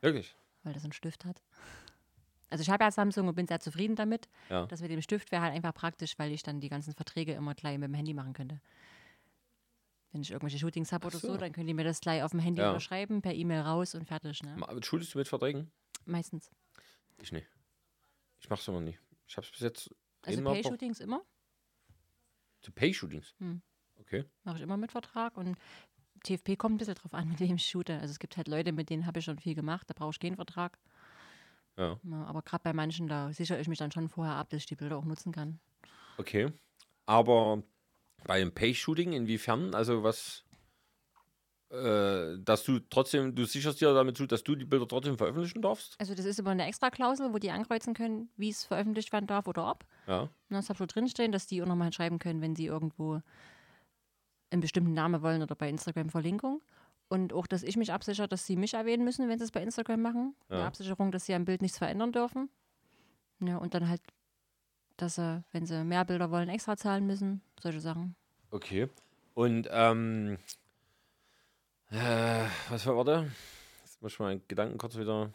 A: Wirklich.
B: weil das einen Stift hat. Also ich habe ja Samsung und bin sehr zufrieden damit.
A: Ja.
B: Das mit dem Stift wäre halt einfach praktisch, weil ich dann die ganzen Verträge immer gleich mit dem Handy machen könnte. Wenn ich irgendwelche Shootings habe oder
A: so.
B: so. dann könnt ihr mir das gleich auf dem Handy
A: Ja.
B: überschreiben, per E-Mail raus und fertig. Ne?
A: Ma- Schuldest du mit Verträgen?
B: Meistens.
A: Ich nicht. Ich mach's immer nie. Ich hab's bis jetzt
B: Also
A: immer pro-
B: Pay-Shootings immer.
A: zu Pay-Shootings.
B: Hm.
A: Okay.
B: Mache ich immer mit Vertrag und TFP kommt ein bisschen drauf an, mit wem ich shoote. Also es gibt halt Leute, mit denen habe ich schon viel gemacht, da brauche ich keinen Vertrag.
A: Ja.
B: Ja, aber gerade bei manchen, da sichere ich mich dann schon vorher ab, dass ich die Bilder auch nutzen kann.
A: Okay. Aber bei einem Pay-Shooting, inwiefern? Also was, äh, dass du trotzdem, du sicherst dir damit zu, dass du die Bilder trotzdem veröffentlichen darfst?
B: Also das ist immer eine Extra-Klausel, wo die ankreuzen können, wie es veröffentlicht werden darf oder ob.
A: Ja.
B: Na, Das habe schon drinstehen, dass die auch nochmal schreiben können, wenn sie irgendwo einen bestimmten Namen wollen oder bei Instagram Verlinkung. Und auch, dass ich mich absichere, dass sie mich erwähnen müssen, wenn sie es bei Instagram machen. Eine
A: Ja.
B: Absicherung, dass sie am Bild nichts verändern dürfen. Ja, und dann halt, dass sie, wenn sie mehr Bilder wollen, extra zahlen müssen. Solche Sachen.
A: Okay. Und ähm, äh, was war warte? Jetzt muss ich meinen Gedanken kurz wieder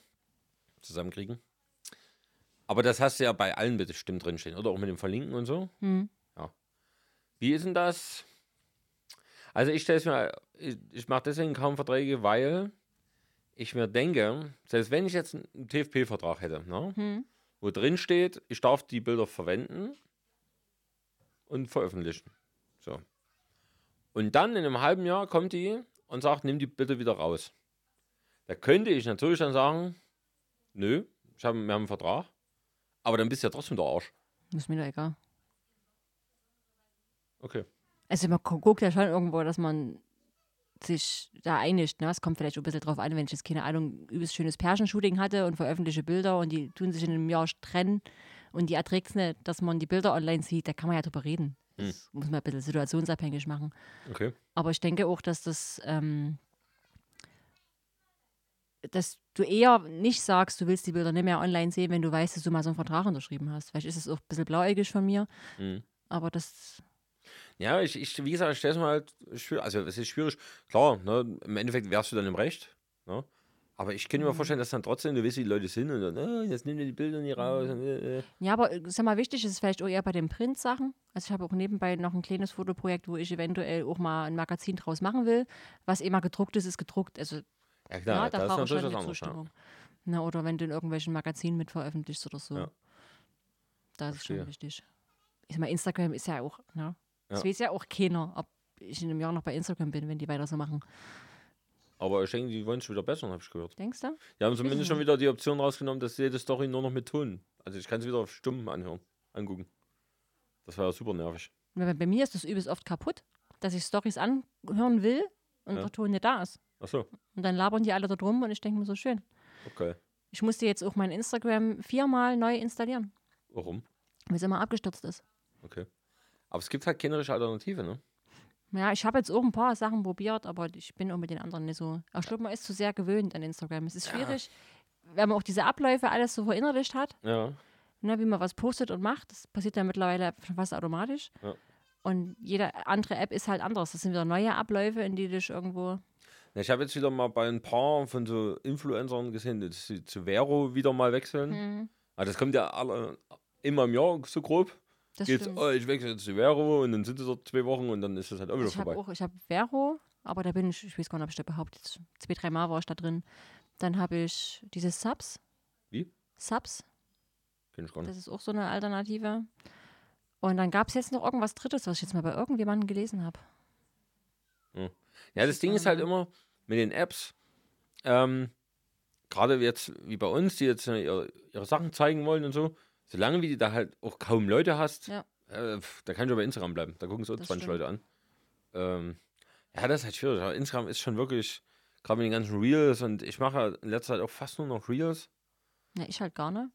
A: zusammenkriegen. Aber das hast du ja bei allen bestimmt drinstehen, oder auch mit dem Verlinken und so.
B: Hm.
A: Wie ist denn das? Also ich stelle es mir, ich, ich mache deswegen kaum Verträge, weil ich mir denke, selbst wenn ich jetzt einen TFP-Vertrag hätte, ne,
B: Hm.
A: wo drin steht, ich darf die Bilder verwenden und veröffentlichen. So. Und dann in einem halben Jahr kommt die und sagt, nimm die bitte wieder raus. Da könnte ich natürlich dann sagen, nö, ich hab, wir haben einen Vertrag, aber dann bist du ja trotzdem der Arsch.
B: Ist mir doch egal.
A: Okay.
B: Also man gu- guckt ja schon irgendwo, dass man sich da einigt. Ne? Es kommt vielleicht ein bisschen drauf an, wenn ich jetzt, keine Ahnung, übelst schönes Persenshooting hatte und veröffentliche Bilder und die tun sich in einem Jahr trennen und die erträgt es nicht, dass man die Bilder online sieht, da kann man ja drüber reden. Das muss man ein bisschen situationsabhängig machen.
A: Okay.
B: Aber ich denke auch, dass das, ähm, dass du eher nicht sagst, du willst die Bilder nicht mehr online sehen, wenn du weißt, dass du mal so einen Vertrag unterschrieben hast. Vielleicht ist es auch ein bisschen blauäugig von mir,
A: Mhm.
B: aber das,
A: Ja, ich, ich, wie gesagt, ich stelle es mir halt schwierig. Also, es ist schwierig. Klar, ne, im Endeffekt wärst du dann im Recht. Ne? Aber ich kann
B: Mhm.
A: mir vorstellen, dass dann trotzdem, du weißt, wie die Leute sind und dann, äh, jetzt nimm dir die Bilder nie raus. Und, äh, äh.
B: ja, aber äh, sag mal, wichtig ist es vielleicht auch eher bei den Print-Sachen. Also ich habe auch nebenbei noch ein kleines Fotoprojekt, wo ich eventuell auch mal ein Magazin draus machen will. Was eh mal gedruckt ist, ist gedruckt. Also
A: Ja,
B: ja,
A: klar,
B: da
A: das ist
B: brauche
A: natürlich
B: ich schon
A: was
B: eine
A: anderes. Ja.
B: Zustimmung. Na, oder wenn du in irgendwelchen Magazinen mit veröffentlichst oder so.
A: Ja.
B: Da ist es
A: Verstehe.
B: schon wichtig. Ich sag mal, Instagram ist ja auch, ne? Das
A: Ja.
B: weiß ja auch keiner, ob ich in einem Jahr noch bei Instagram bin, wenn die weiter so machen.
A: Aber ich denke, die wollen es wieder bessern, habe ich gehört.
B: Denkst du?
A: Die haben zumindest
B: Mhm.
A: schon wieder die Option rausgenommen, dass jede Story nur noch mit Ton. Also, ich kann es wieder auf Stumm anhören, angucken. Das war ja super nervig.
B: Weil bei mir ist das übelst oft kaputt, dass ich Stories anhören will und
A: Ja.
B: der Ton nicht da ist.
A: Achso,
B: Und dann labern die alle da drum und ich denke mir so schön.
A: okay.
B: Ich musste jetzt auch mein Instagram viermal neu installieren,
A: Warum?
B: weil es immer abgestürzt ist.
A: Okay. Aber es gibt halt keine richtige Alternative, ne?
B: Ja, ich habe jetzt auch ein paar Sachen probiert, aber ich bin auch mit den anderen nicht so. Ach, Ich glaube, man ist zu sehr gewöhnt an Instagram. Es ist schwierig, wenn man auch diese Abläufe alles so verinnerlicht hat,
A: Ja.
B: ne, wie man was postet und macht. Das passiert ja mittlerweile schon fast automatisch.
A: Ja.
B: Und jede andere App ist halt anders. Das sind wieder neue Abläufe, in die dich irgendwo.
A: Na, Ich habe jetzt wieder mal bei ein paar von so Influencern gesehen, dass sie zu Vero wieder mal wechseln.
B: Hm.
A: Aber das kommt ja alle, immer im Jahr so grob.
B: Das
A: Geht's,
B: stimmt.
A: oh, ich wechsle jetzt zu Vero und dann sind sie dort zwei Wochen und dann ist das halt auch wieder
B: ich habe
A: vorbei.
B: auch, ich habe Vero, aber da bin ich, ich weiß gar nicht, ob ich da überhaupt jetzt zwei, drei Mal war ich da drin. Dann habe ich diese Subs.
A: Wie? Hm.
B: Subs.
A: Kenn ich gar nicht.
B: Das ist auch so eine Alternative. Und dann gab es jetzt noch irgendwas Drittes, was ich jetzt mal bei irgendjemandem gelesen habe.
A: Ja, das Ding ist halt immer mit den Apps, ähm, gerade jetzt wie bei uns, die jetzt äh, ihre, ihre Sachen zeigen wollen und so, solange wie du da halt auch kaum Leute hast,
B: Ja.
A: äh, pf, da kann ich bei Instagram bleiben. Da gucken es auch
B: Das
A: 20
B: stimmt.
A: Leute an. Ähm, ja, das ist halt schwierig. Aber Instagram ist schon wirklich, gerade mit den ganzen Reels und ich mache ja in letzter Zeit auch fast nur noch Reels.
B: Ja, ich halt gar nicht.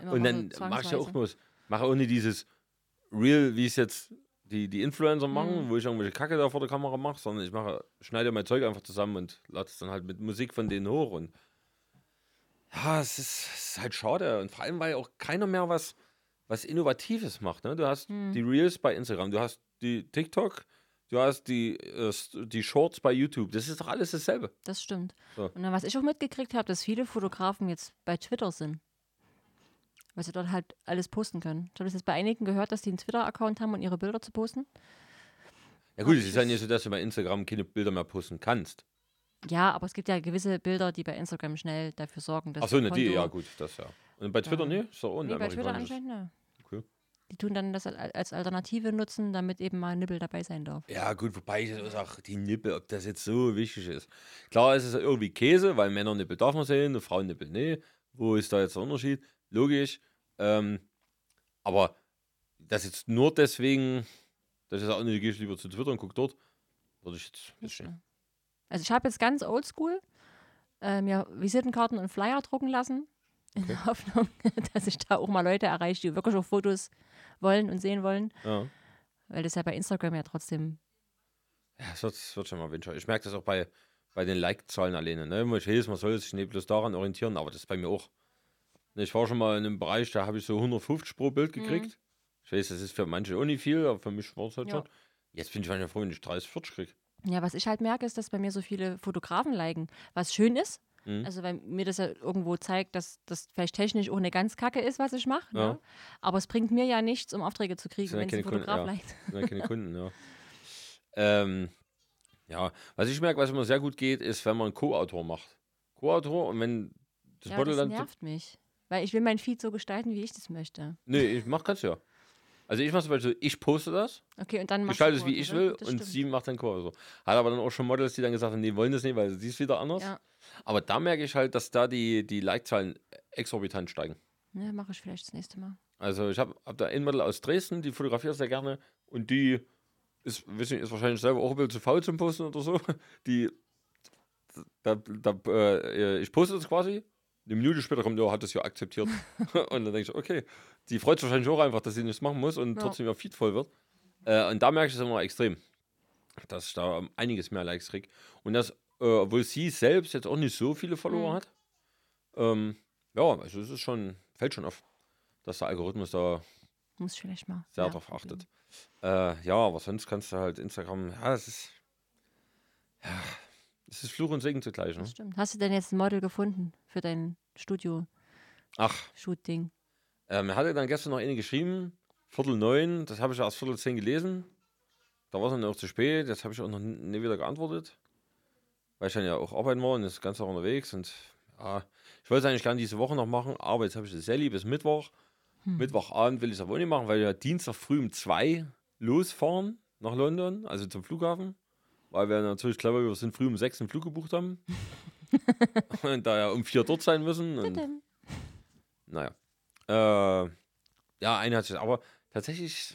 B: Immer
A: Und
B: mal
A: dann
B: so
A: mache ich ja auch
B: also zwangsweise.
A: bloß, mache auch nicht dieses Real, wie es jetzt die, die Influencer machen, wo ich irgendwelche Kacke da vor der Kamera mache, sondern ich mache, schneide mein Zeug einfach zusammen und lade es dann halt mit Musik von denen hoch und ja, es ist, es ist halt schade und vor allem, weil auch keiner mehr was, was Innovatives macht, ne? Du hast die Reels bei Instagram, du hast die TikTok, du hast die, äh, die Shorts bei YouTube, das ist doch alles dasselbe.
B: Das stimmt.
A: So.
B: Und dann, was ich auch mitgekriegt habe, dass viele Fotografen jetzt bei Twitter sind. Weil sie dort halt alles posten können. Ich habe das jetzt bei einigen gehört, dass die einen Twitter-Account haben, um ihre Bilder zu posten.
A: Ja gut, es ist ja nicht so, dass du bei Instagram keine Bilder mehr posten kannst.
B: Ja, aber es gibt ja gewisse Bilder, die bei Instagram schnell dafür sorgen, dass
A: Achso,
B: ihr
A: ne, die,
B: Konto-
A: ja gut, das ja. Und bei Twitter, ne? Ist doch auch ein
B: Nee, bei Twitter
A: amerikanisches.
B: anscheinend, ne.
A: Okay.
B: Die tun dann das al- als Alternative nutzen, damit eben mal ein Nippel dabei sein darf.
A: Ja, gut, wobei ich jetzt auch die Nippel, ob das jetzt so wichtig ist. Klar ist es irgendwie Käse, weil Männernippel darf man sehen, Frauennippel, nee. Wo ist da jetzt der Unterschied? Logisch. Ähm, aber das jetzt nur deswegen, das ist auch nicht, gehe ich lieber zu Twitter und guck dort. Würde ich jetzt
B: Nicht,
A: nicht.
B: ne? Also ich habe jetzt ganz oldschool äh, mir Visitenkarten und Flyer drucken lassen, in der Hoffnung, dass ich da auch mal Leute erreiche, die wirklich auch Fotos wollen und sehen wollen,
A: Ja.
B: weil das ja bei Instagram ja trotzdem
A: Ja, es wird, es wird schon mal winter. Ich merke das auch bei, bei den Like-Zahlen alleine. Ne? Immer Ich lese, man soll sich nicht bloß daran orientieren, aber das ist bei mir auch. Ne, Ich war schon mal in einem Bereich, da habe ich so 150 pro Bild
B: Mhm.
A: gekriegt. Ich weiß, das ist für manche auch nicht viel, aber für mich war es halt
B: Ja.
A: schon. Jetzt bin ich manchmal froh, wenn ich 30, 40 kriege.
B: Ja, was ich halt merke, ist, dass bei mir so viele Fotografen liken, was schön ist.
A: Mhm.
B: Also, weil mir das ja irgendwo zeigt, dass das vielleicht technisch auch eine ganz Kacke ist, was ich mache.
A: Ja.
B: Ne? Aber es bringt mir ja nichts, um Aufträge zu kriegen,
A: Sind ja
B: wenn es ein
A: keine Kunden,
B: Fotograf
A: ja.
B: liked.
A: Das sind ja keine Kunden, ja. Ähm, ja, was ich merke, was immer sehr gut geht, ist, wenn man einen Co-Autor macht. Co-Autor und wenn das
B: Ja,
A: Model
B: das
A: dann.
B: nervt mich. Weil ich will mein Feed so gestalten, wie ich das möchte.
A: Nee, ich mach kannst du ja. Also ich mache zum Beispiel so, ich poste das
B: Okay, und dann machst
A: gestalte
B: du
A: es, wie
B: Fotos,
A: ich
B: ne?
A: will
B: Das
A: und
B: stimmt.
A: sie macht dann Chor. So. Hat aber dann auch schon Models, die dann gesagt haben, nee, wollen das nicht, weil sie ist wieder anders.
B: Ja.
A: Aber da merke ich halt, dass da die, die Like-Zahlen exorbitant steigen.
B: Ne, mache ich vielleicht das nächste Mal.
A: Also ich habe hab da ein Model aus Dresden, die fotografiert sehr gerne und die ist, weiß nicht, ist wahrscheinlich selber auch ein bisschen zu faul zum Posten oder so. Die, da, da, äh, ich poste das quasi, eine Minute später kommt, ja, hat das ja akzeptiert. und dann denke ich, okay, die freut sich wahrscheinlich auch einfach, dass sie nichts machen muss und
B: Ja.
A: trotzdem ihr Feed voll wird. Äh, und da merke ich es immer extrem, dass ich da ähm, einiges mehr Likes kriege. Und das, äh, obwohl sie selbst jetzt auch nicht so viele Follower
B: Mhm.
A: hat, ähm, ja, also es ist schon, fällt schon auf, dass der Algorithmus da
B: Muss ich vielleicht mal.
A: sehr
B: ja.
A: drauf achtet. Äh, ja, aber sonst kannst du halt Instagram, ja, es ist, ja, es ist Fluch und Segen zugleich, ne?
B: Das stimmt. Hast du denn jetzt ein Model gefunden für dein Studio-Shooting?
A: Ach, äh, mir hatte dann gestern noch eine geschrieben, Viertel neun, das habe ich erst Viertel zehn gelesen. Da war es dann auch zu spät, jetzt habe ich auch noch n- nie wieder geantwortet, weil ich dann ja auch arbeiten war und das ganze Tag unterwegs und ja, ich wollte es eigentlich gerne diese Woche noch machen, aber jetzt habe ich das Sally bis Mittwoch. Mittwochabend will ich es aber auch nicht machen, weil wir ja Dienstag früh um zwei losfahren nach London, also zum Flughafen. Weil wir natürlich clever wir sind früh um sechs einen Flug gebucht haben. und da ja um vier dort sein müssen. Und
B: Tudum.
A: naja. Äh, ja, eine hat sich, aber tatsächlich,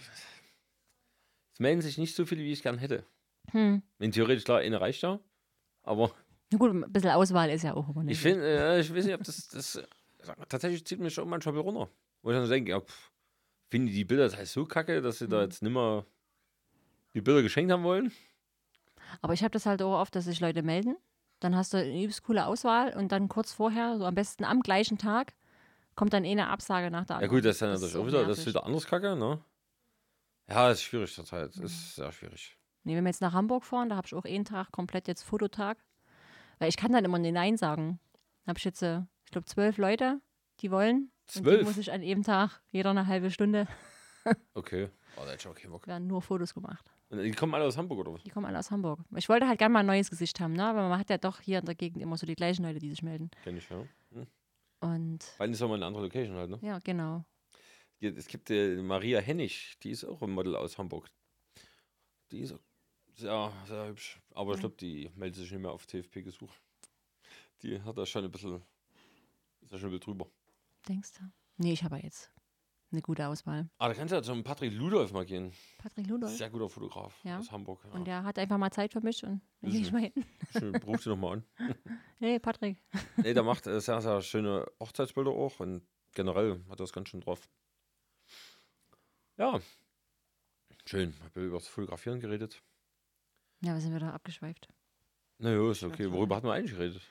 A: es melden sich nicht so viele, wie ich gern hätte.
B: Hm.
A: Wenn theoretisch klar, eine reicht ja. Aber
B: Na gut, ein bisschen Auswahl ist ja auch immer
A: ich
B: nicht.
A: finde, äh, ich weiß nicht, ob das, das tatsächlich zieht mich schon manchmal runter. Wo ich dann so denke, ja, pff, finde die Bilder das heißt so kacke, dass sie da jetzt nimmer die Bilder geschenkt haben wollen.
B: Aber ich habe das halt auch oft, dass sich Leute melden. Dann hast du eine übelst coole Auswahl und dann kurz vorher, so am besten am gleichen Tag, kommt dann eh eine Absage nach der
A: Ja
B: anderen.
A: gut, Also, das ist dann
B: Das
A: natürlich
B: ist
A: auch
B: auch
A: wieder, das ist
B: nervig.
A: wieder anders kacke, ne? Ja, das ist schwierig zurzeit. Das ist sehr schwierig.
B: Nee, wenn wir jetzt nach Hamburg fahren, da habe ich auch einen Tag komplett jetzt Fototag. Weil ich kann dann immer den Nein sagen. Da habe ich jetzt, äh, ich glaube, zwölf Leute, die wollen. Und die
A: Zwölf?
B: muss ich an jedem Tag, jeder eine halbe Stunde,
A: Okay. Oh, da hätte ich aber keinen Bock.
B: werden nur Fotos gemacht.
A: Und die kommen alle aus Hamburg oder was?
B: Die kommen alle aus Hamburg. Ich wollte halt gerne mal ein neues Gesicht haben, ne? Aber man hat ja doch hier in der Gegend immer so die gleichen Leute, die sich melden.
A: Kenn ich, ja.
B: Und
A: Weil ist mal eine andere Location halt, ne?
B: ja, genau.
A: Ja, Es gibt äh, Maria Hennig, die ist auch ein Model aus Hamburg. Die ist auch sehr, sehr hübsch.
B: Mhm.
A: Aber ich glaube, die meldet sich nicht mehr auf TFP-Gesuch. Die hat da schon ein bisschen, ist da schon ein bisschen drüber.
B: Denkst du? Nee, ich habe ja jetzt eine gute Auswahl.
A: Ah, da kannst du ja zum Patrick Ludolf mal gehen.
B: Patrick Ludolf.
A: Sehr guter Fotograf
B: Ja.
A: aus Hamburg. Ja.
B: Und der hat einfach mal Zeit für mich und dann
A: Ist
B: gehe ich
A: so.
B: mal hin.
A: Schön, Ruf sie nochmal an.
B: Nee, Patrick.
A: Nee, der macht äh, sehr, sehr schöne Hochzeitsbilder auch und generell hat er das ganz schön drauf. Ja. Schön. Hab über das Fotografieren geredet.
B: Ja, wir sind wieder abgeschweift.
A: Naja, ist okay.
B: klar.
A: Worüber hatten wir eigentlich geredet?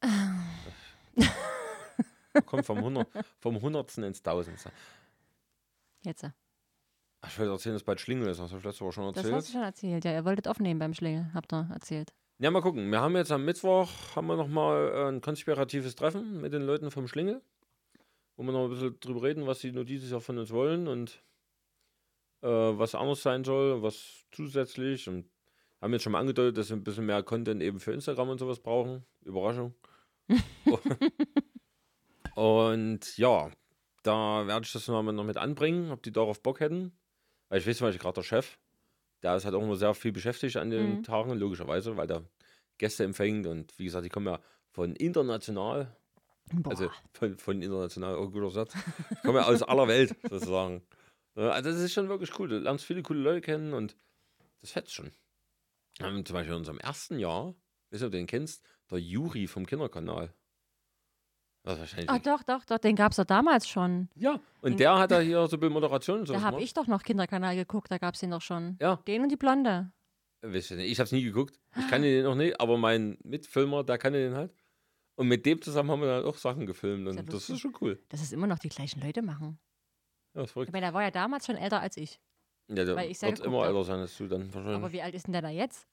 B: Ah.
A: Kommt vom, 100, vom Hundertsten ins Tausendste.
B: Jetzt. äh.
A: Ach, ich wollte erzählen, dass bald Schlingel ist. Das hast du letzte Woche schon
B: Das hast du
A: erzählt.
B: schon erzählt. Ja, ihr wolltet aufnehmen beim Schlingel, habt ihr erzählt.
A: Ja, mal gucken. Wir haben jetzt am Mittwoch haben wir noch mal äh, ein konspiratives Treffen mit den Leuten vom Schlingel, wo wir noch ein bisschen drüber reden, was sie nur dieses Jahr von uns wollen und äh, was anders sein soll, was zusätzlich. Und haben jetzt schon mal angedeutet, dass wir ein bisschen mehr Content eben für Instagram und sowas brauchen. Überraschung. und ja, da werde ich das noch mit, noch mit anbringen, ob die darauf Bock hätten. Weil ich weiß zum Beispiel gerade der Chef, der ist halt auch immer sehr viel beschäftigt an den
B: Mhm.
A: Tagen, logischerweise, weil der Gäste empfängt und wie gesagt, die kommen ja von international,
B: Boah.
A: also von, von international, auch ein guter Satz, die kommen ja aus aller Welt sozusagen. Ne, Also das ist schon wirklich cool, du lernst viele coole Leute kennen und das fetzt schon. Wir haben zum Beispiel in unserem ersten Jahr, weißt du, ob du den kennst, der Juri vom Kinderkanal. Das ist wahrscheinlich
B: Ach doch, doch, doch, den gab es doch damals schon.
A: ja, und der hat da hier so bei Moderation und sowas
B: Da habe
A: gemacht.
B: ich doch noch Kinderkanal geguckt, da gab es den doch schon.
A: Ja,
B: Den und die Blonde.
A: weißt du nicht, ich habe es nie geguckt. Ich kann den noch nicht, aber mein Mitfilmer, da kann den halt. Und mit dem zusammen haben wir dann auch Sachen gefilmt
B: Ist ja
A: und das
B: lustig.
A: ist schon cool.
B: Dass es immer noch die gleichen Leute machen.
A: Ja, ist
B: Ich
A: verrückt.
B: meine, der war ja damals schon älter als ich.
A: Ja, der
B: weil ich sehr
A: wird
B: geguckt
A: immer
B: hab.
A: älter sein als du dann wahrscheinlich.
B: Aber wie alt ist denn der da jetzt?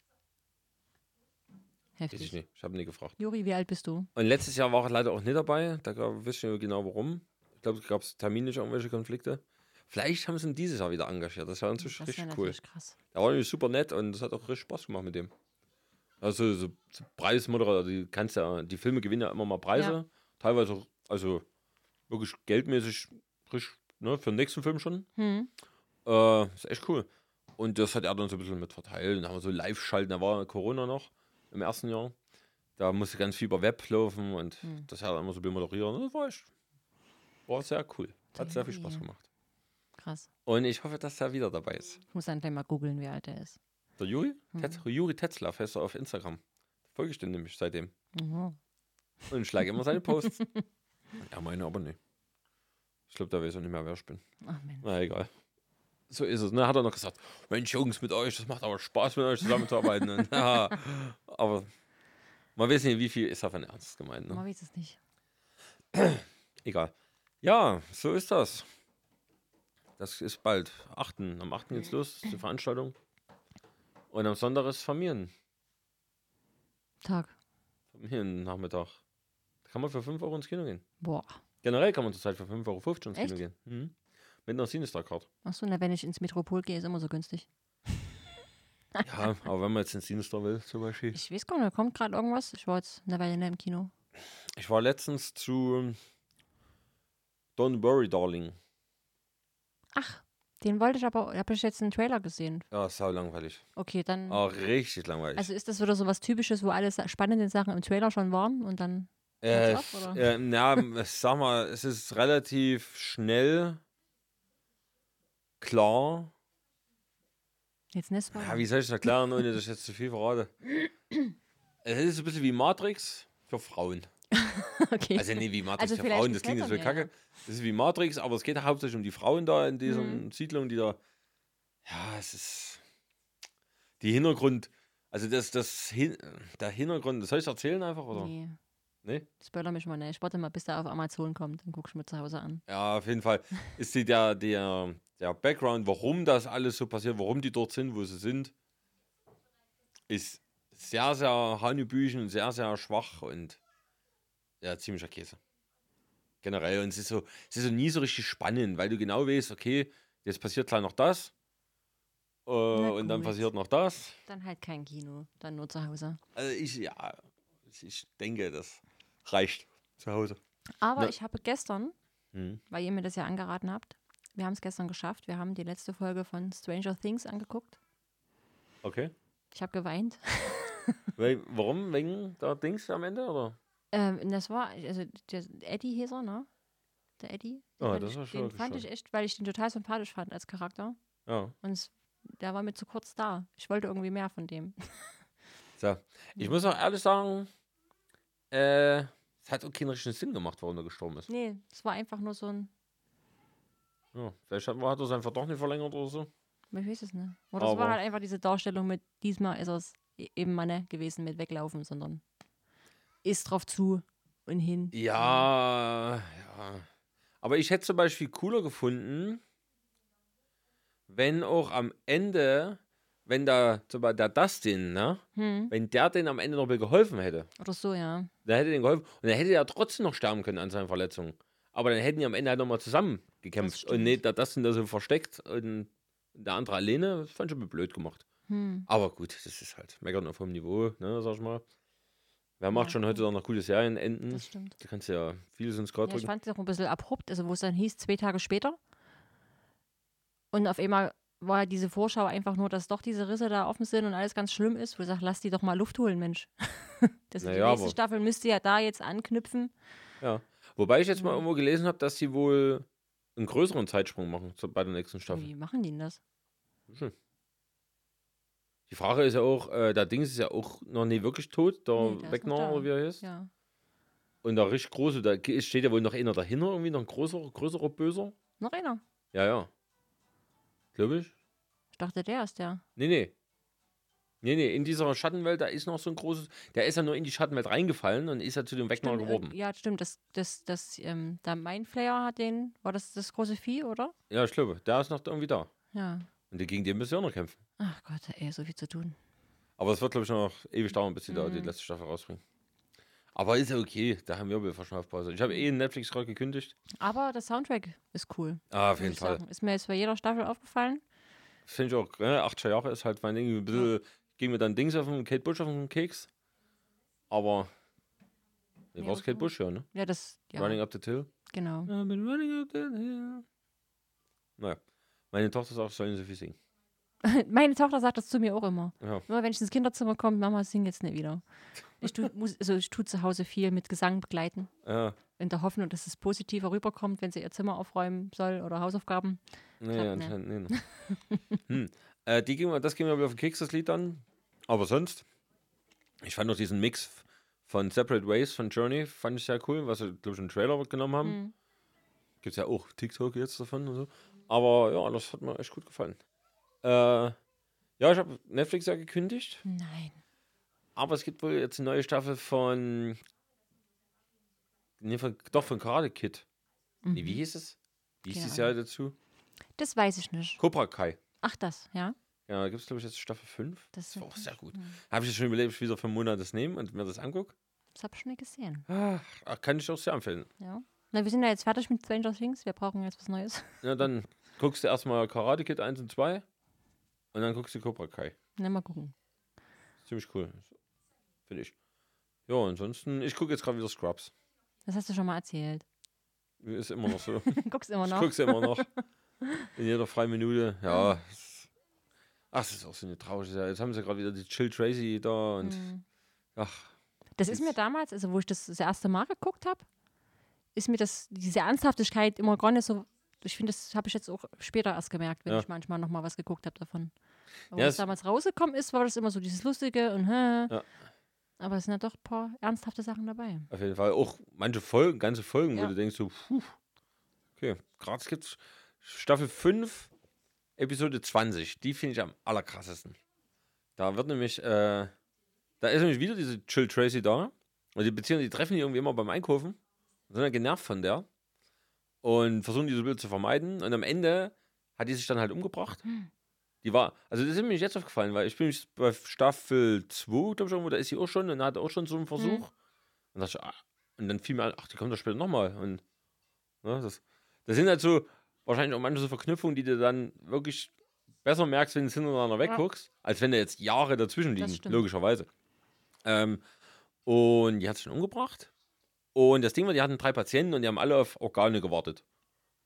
A: Weiß ich
B: Heftig.
A: nicht, ich habe nie gefragt.
B: Juri, wie alt bist du?
A: Und letztes Jahr war er leider auch nicht dabei, da gab, wissen wir genau warum. Ich glaube, es gab terminlich irgendwelche Konflikte. Vielleicht haben sie ihn dieses Jahr wieder engagiert, das wäre natürlich
B: Das wär
A: richtig cool.
B: natürlich krass.
A: Der war nämlich super nett und es hat auch richtig Spaß gemacht mit dem. Also so, so Preismoderator, also die kannst ja, die Filme gewinnen ja immer mal Preise.
B: Ja.
A: Teilweise auch, also wirklich geldmäßig richtig, ne, für den nächsten Film schon.
B: Hm.
A: Äh, ist echt cool. Und das hat er dann so ein bisschen mit verteilt. Dann haben wir so live schalten, da war Corona noch im ersten Jahr. Da musste ganz viel über Web laufen und
B: Hm.
A: das hat er immer so moderieren. Das war echt, war sehr cool. Hat sehr viel
B: Toll.
A: Spaß gemacht.
B: Krass.
A: Und ich hoffe, dass er wieder dabei ist.
B: Ich muss dann gleich mal googeln, wie alt er ist.
A: Der Juri?
B: Hm.
A: Tetz, Juri Tetzlaff heißt er auf Instagram. Folge ich dem nämlich seitdem.
B: Mhm.
A: Und schlage immer seine Posts. ja, meine aber nicht. Ich glaube, da weiß er nicht mehr, wer ich bin.
B: Ach Mensch.
A: Na, egal. So ist es. Ne? Hat er noch gesagt, Mensch, Jungs, mit euch, das macht aber Spaß, mit euch zusammenzuarbeiten. Und, ja, aber man weiß nicht, wie viel ist davon ernst gemeint. Ne?
B: Man weiß es nicht.
A: Egal. Ja, so ist das. Das ist bald. 8. Am 8. geht's los, die Veranstaltung. Und am Sonntag ist Familien.
B: Tag.
A: Familiennachmittag. Da kann man für 5 Euro ins Kino gehen.
B: Boah.
A: Generell kann man zurzeit für 5,50 Euro ins Kino
B: Echt?
A: gehen. Mhm. Mit einer Sinister-Card.
B: Achso, na, wenn ich ins Metropol gehe, ist immer so günstig.
A: Ja, aber wenn man jetzt ins Sinister will, zum Beispiel.
B: Ich weiß gar nicht, kommt gerade irgendwas? Ich war jetzt eine Weile nicht im Kino.
A: Ich war letztens zu ähm, Don't Worry, Darling.
B: Ach, den wollte ich aber, habe ich jetzt einen Trailer gesehen.
A: Ja, Ah, ist sau langweilig.
B: Okay, dann.
A: Ah, richtig langweilig.
B: Mhm. Also ist das wieder so was Typisches, wo alle sa- spannenden Sachen im Trailer schon waren und dann.
A: äh,
B: Ganz ab, oder?
A: äh, na, m- sag mal, es ist relativ schnell, klar.
B: Jetzt nicht spoilern.
A: Ja, wie soll ich das erklären, ohne dass ich jetzt zu viel verrate? Es ist ein bisschen wie Matrix für Frauen.
B: okay.
A: Also nee, wie Matrix
B: Also
A: für
B: vielleicht
A: Frauen, das klingt
B: gefällt
A: jetzt so
B: er mir,
A: kacke. Das ist wie Matrix, aber es geht hauptsächlich um die Frauen da in dieser
B: Mhm.
A: Siedlung, die da. Ja, es ist. Die Hintergrund, also das, das Hin, der Hintergrund, das soll ich erzählen einfach, oder?
B: nee.
A: Nee?
B: Spoiler mich mal nicht. Ich warte mal, bis der auf Amazon kommt. Dann guck ich mir zu Hause an.
A: Ja, auf jeden Fall ist die der, der, der Background, warum das alles so passiert, warum die dort sind, wo sie sind, ist sehr, sehr hanebüchen und sehr, sehr schwach und ja, ziemlicher Käse. Generell. Und es ist so, es ist so nie so richtig spannend, weil du genau weißt, okay, jetzt passiert gleich noch das äh, und dann
B: gut.
A: passiert noch das.
B: Dann halt kein Kino, dann nur zu Hause.
A: Also ich, ja, ich denke, das reicht zu Hause.
B: Aber
A: Na-
B: ich habe gestern,
A: Mhm.
B: weil ihr mir das ja angeraten habt, wir haben es gestern geschafft. Wir haben die letzte Folge von Stranger Things angeguckt.
A: Okay.
B: Ich habe geweint.
A: Weil, warum? Wegen der Dings am Ende, oder?
B: Ähm, das war, also der Eddie Heser, ne? Der Eddie. Den
A: Ah,
B: fand
A: das
B: ich,
A: war schon
B: Den fand
A: gescheit.
B: ich echt, weil ich den total sympathisch fand als Charakter.
A: Ja.
B: Und es, der war mir zu kurz da. Ich wollte irgendwie mehr von dem.
A: So. Ich muss auch ehrlich sagen, äh, es hat auch keinen richtigen Sinn gemacht, warum er gestorben ist.
B: Nee, es war einfach nur so ein,
A: Ja, vielleicht hat, hat er seinen Vertrag nicht verlängert oder so.
B: ich weiß es nicht. Oder es
A: Aber-
B: war halt einfach diese Darstellung mit, diesmal ist es eben Manne gewesen mit weglaufen, sondern ist drauf zu und hin.
A: Ja, ja. Aber ich hätte zum Beispiel cooler gefunden, wenn auch am Ende, wenn da zum Beispiel der Dustin, ne?
B: Hm,
A: Wenn der den am Ende noch mal geholfen hätte.
B: oder so, ja.
A: Dann hätte er den geholfen. Und dann hätte er trotzdem noch sterben können an seinen Verletzungen. Aber dann hätten die am Ende halt nochmal zusammen
B: Das
A: gekämpft.
B: stimmt.
A: Und nicht, da das sind da so versteckt und der andere alleine, das fand ich schon blöd gemacht.
B: Hm.
A: Aber gut, das ist halt meckern auf hohem Niveau, ne, sag ich mal. Wer macht
B: Ja,
A: schon heute auch noch coole Serien, Enden?
B: Das stimmt.
A: Du kannst ja vieles ins Kraut
B: Ja, ich
A: drücken.
B: fand es auch ein bisschen abrupt, also wo es dann hieß, zwei Tage später. Und auf einmal war halt diese Vorschau einfach nur, dass doch diese Risse da offen sind und alles ganz schlimm ist, wo ich sage, lass die doch mal Luft holen, Mensch. das die
A: Naja,
B: nächste
A: aber-
B: Staffel müsste ja da jetzt anknüpfen.
A: Ja. Wobei ich jetzt mal irgendwo gelesen habe, dass sie wohl einen größeren Zeitsprung machen zu, bei der nächsten Staffel.
B: Wie machen die denn das?
A: Die Frage ist ja auch, äh, der Dings ist ja auch noch nie wirklich tot, der
B: Nee, der ist noch
A: Wegner
B: da.
A: oder wie er heißt.
B: Ja.
A: Und der richtig große, da ge- steht ja wohl noch einer dahinter, irgendwie noch ein größerer, größerer Böser.
B: Noch einer.
A: Ja, ja. Glaube ich.
B: Ich dachte, der ist der.
A: Nee, nee. Nee, nee, in dieser Schattenwelt, da ist noch so ein großes. Der ist ja nur in die Schattenwelt reingefallen und ist ja zu dem Wegner
B: Stimmt,
A: geworden.
B: äh, Ja, stimmt. Das, das, das, ähm, der Mindflayer hat den, war das das große Vieh, oder?
A: Ja, ich glaube, der ist noch irgendwie da.
B: Ja.
A: Und gegen den müssen wir auch noch kämpfen.
B: Ach Gott, ey, so viel zu tun.
A: Aber es wird, glaube ich, noch ewig dauern, bis sie da
B: Mhm.
A: die letzte Staffel rausbringen. Aber ist ja okay, da haben wir wohl fast schon auf Pause. Ich habe eh einen Netflix-Rock gekündigt.
B: Aber der Soundtrack ist cool.
A: Ah, auf
B: muss
A: jeden
B: ich
A: Fall.
B: sagen. Ist mir jetzt bei jeder Staffel aufgefallen.
A: Finde ich auch, ne? 80er Jahre ist halt mein Ding. Ein bisschen ging mir dann Dings auf den Kate Bush auf den Keks. Aber. Nee,
B: Nee,
A: war es
B: was
A: Kate
B: war-
A: Bush, ja, ne?
B: Ja, das, ja,
A: Running Up the Hill.
B: genau.
A: I've been running up that hill. Naja. Meine Tochter sagt, ich soll nicht so viel singen.
B: Meine Tochter sagt das zu mir auch immer.
A: Ja.
B: Immer wenn ich ins Kinderzimmer komme, Mama, sing jetzt nicht wieder. Ich tu, muss, also ich tu zu Hause viel mit Gesang begleiten,
A: Ja,
B: in der Hoffnung, dass es positiver rüberkommt, wenn sie ihr Zimmer aufräumen soll oder Hausaufgaben.
A: nee,
B: Klappt, ne?
A: anscheinend nee, ne. hm. äh, die ging, mir- das ging mir wieder auf den Keks, das Lied dann. Aber sonst, ich fand auch diesen Mix von Separate Ways von Journey, fand ich sehr cool, was sie, glaube ich, einen Trailer genommen haben.
B: Mhm.
A: Gibt es ja auch TikTok jetzt davon und so. Aber ja, das hat mir echt gut gefallen. Äh, ja, ich habe Netflix ja gekündigt,
B: Nein.
A: aber es gibt wohl jetzt eine neue Staffel von. Nee, von doch, von Karate Kid. Nee, wie hieß es? Wie hieß
B: Mhm. Keine
A: die Serie dazu?
B: Das weiß ich nicht.
A: Cobra Kai.
B: Ach, das, ja.
A: Ja, Genau, da gibt es, glaube ich, jetzt Staffel 5.
B: Das
A: war
B: sind
A: auch sehr gut.
B: Ja.
A: Habe ich jetzt schon überlegt, ob ich wieder für einen Monat das nehme und mir das angucke.
B: Das habe ich schon nicht gesehen.
A: Ah, kann ich auch sehr empfehlen.
B: Ja. Na, wir sind ja jetzt fertig mit Stranger Things. Wir brauchen jetzt was Neues.
A: Ja, dann guckst du erstmal Karate Kid 1 und 2 und dann guckst du Cobra Kai.
B: Na, mal gucken.
A: Ziemlich cool. Finde ich. Ja, ansonsten, ich gucke jetzt gerade wieder Scrubs.
B: Das hast du schon mal erzählt.
A: Ist immer noch so.
B: Guckst immer
A: ich
B: noch.
A: gucke es immer noch. In jeder freien Minute. Ja. es- Ach, das ist auch so eine traurige Serie. Jetzt haben sie gerade wieder die Chill Tracy da und.
B: Mhm.
A: Ach,
B: Das ist mir damals, also wo ich das das erste Mal geguckt habe, ist mir das, diese Ernsthaftigkeit immer gar nicht so. Ich finde, das habe ich jetzt auch später erst gemerkt, wenn
A: Ja.
B: ich manchmal nochmal was geguckt habe davon. Aber
A: Ja,
B: was
A: es-
B: damals rausgekommen ist, war das immer so dieses Lustige und hä.
A: Ja.
B: Aber es sind ja doch ein paar ernsthafte Sachen dabei.
A: auf jeden Fall. Auch manche Folgen, ganze Folgen, wo
B: Ja.
A: du denkst so, puh. Okay, gerade gibt's Staffel 5, Episode 20. Die finde ich am allerkrassesten. Da wird nämlich, äh, da ist nämlich wieder diese Chill Tracy da. Und die beziehen, die treffen die irgendwie immer beim Einkaufen. Und sind dann genervt von der. Und versuchen die so ein bisschen zu vermeiden. Und am Ende hat die sich dann halt umgebracht. Die war, also das ist mir jetzt aufgefallen, weil ich bin nämlich bei Staffel 2, glaube ich, irgendwo, da ist sie auch schon und hatte auch schon so einen Versuch. Und, dachte ich, ah, und dann fiel mir an, ach, die kommt doch später nochmal. Und ne, das, das sind halt so wahrscheinlich auch manche so Verknüpfungen, die du dann wirklich besser merkst, wenn du es hintereinander wegguckst, als wenn da jetzt Jahre dazwischen liegen,
B: stimmt.
A: logischerweise. Ähm, und die hat sich schon umgebracht. Und das Ding war, die hatten drei Patienten und die haben alle auf Organe gewartet.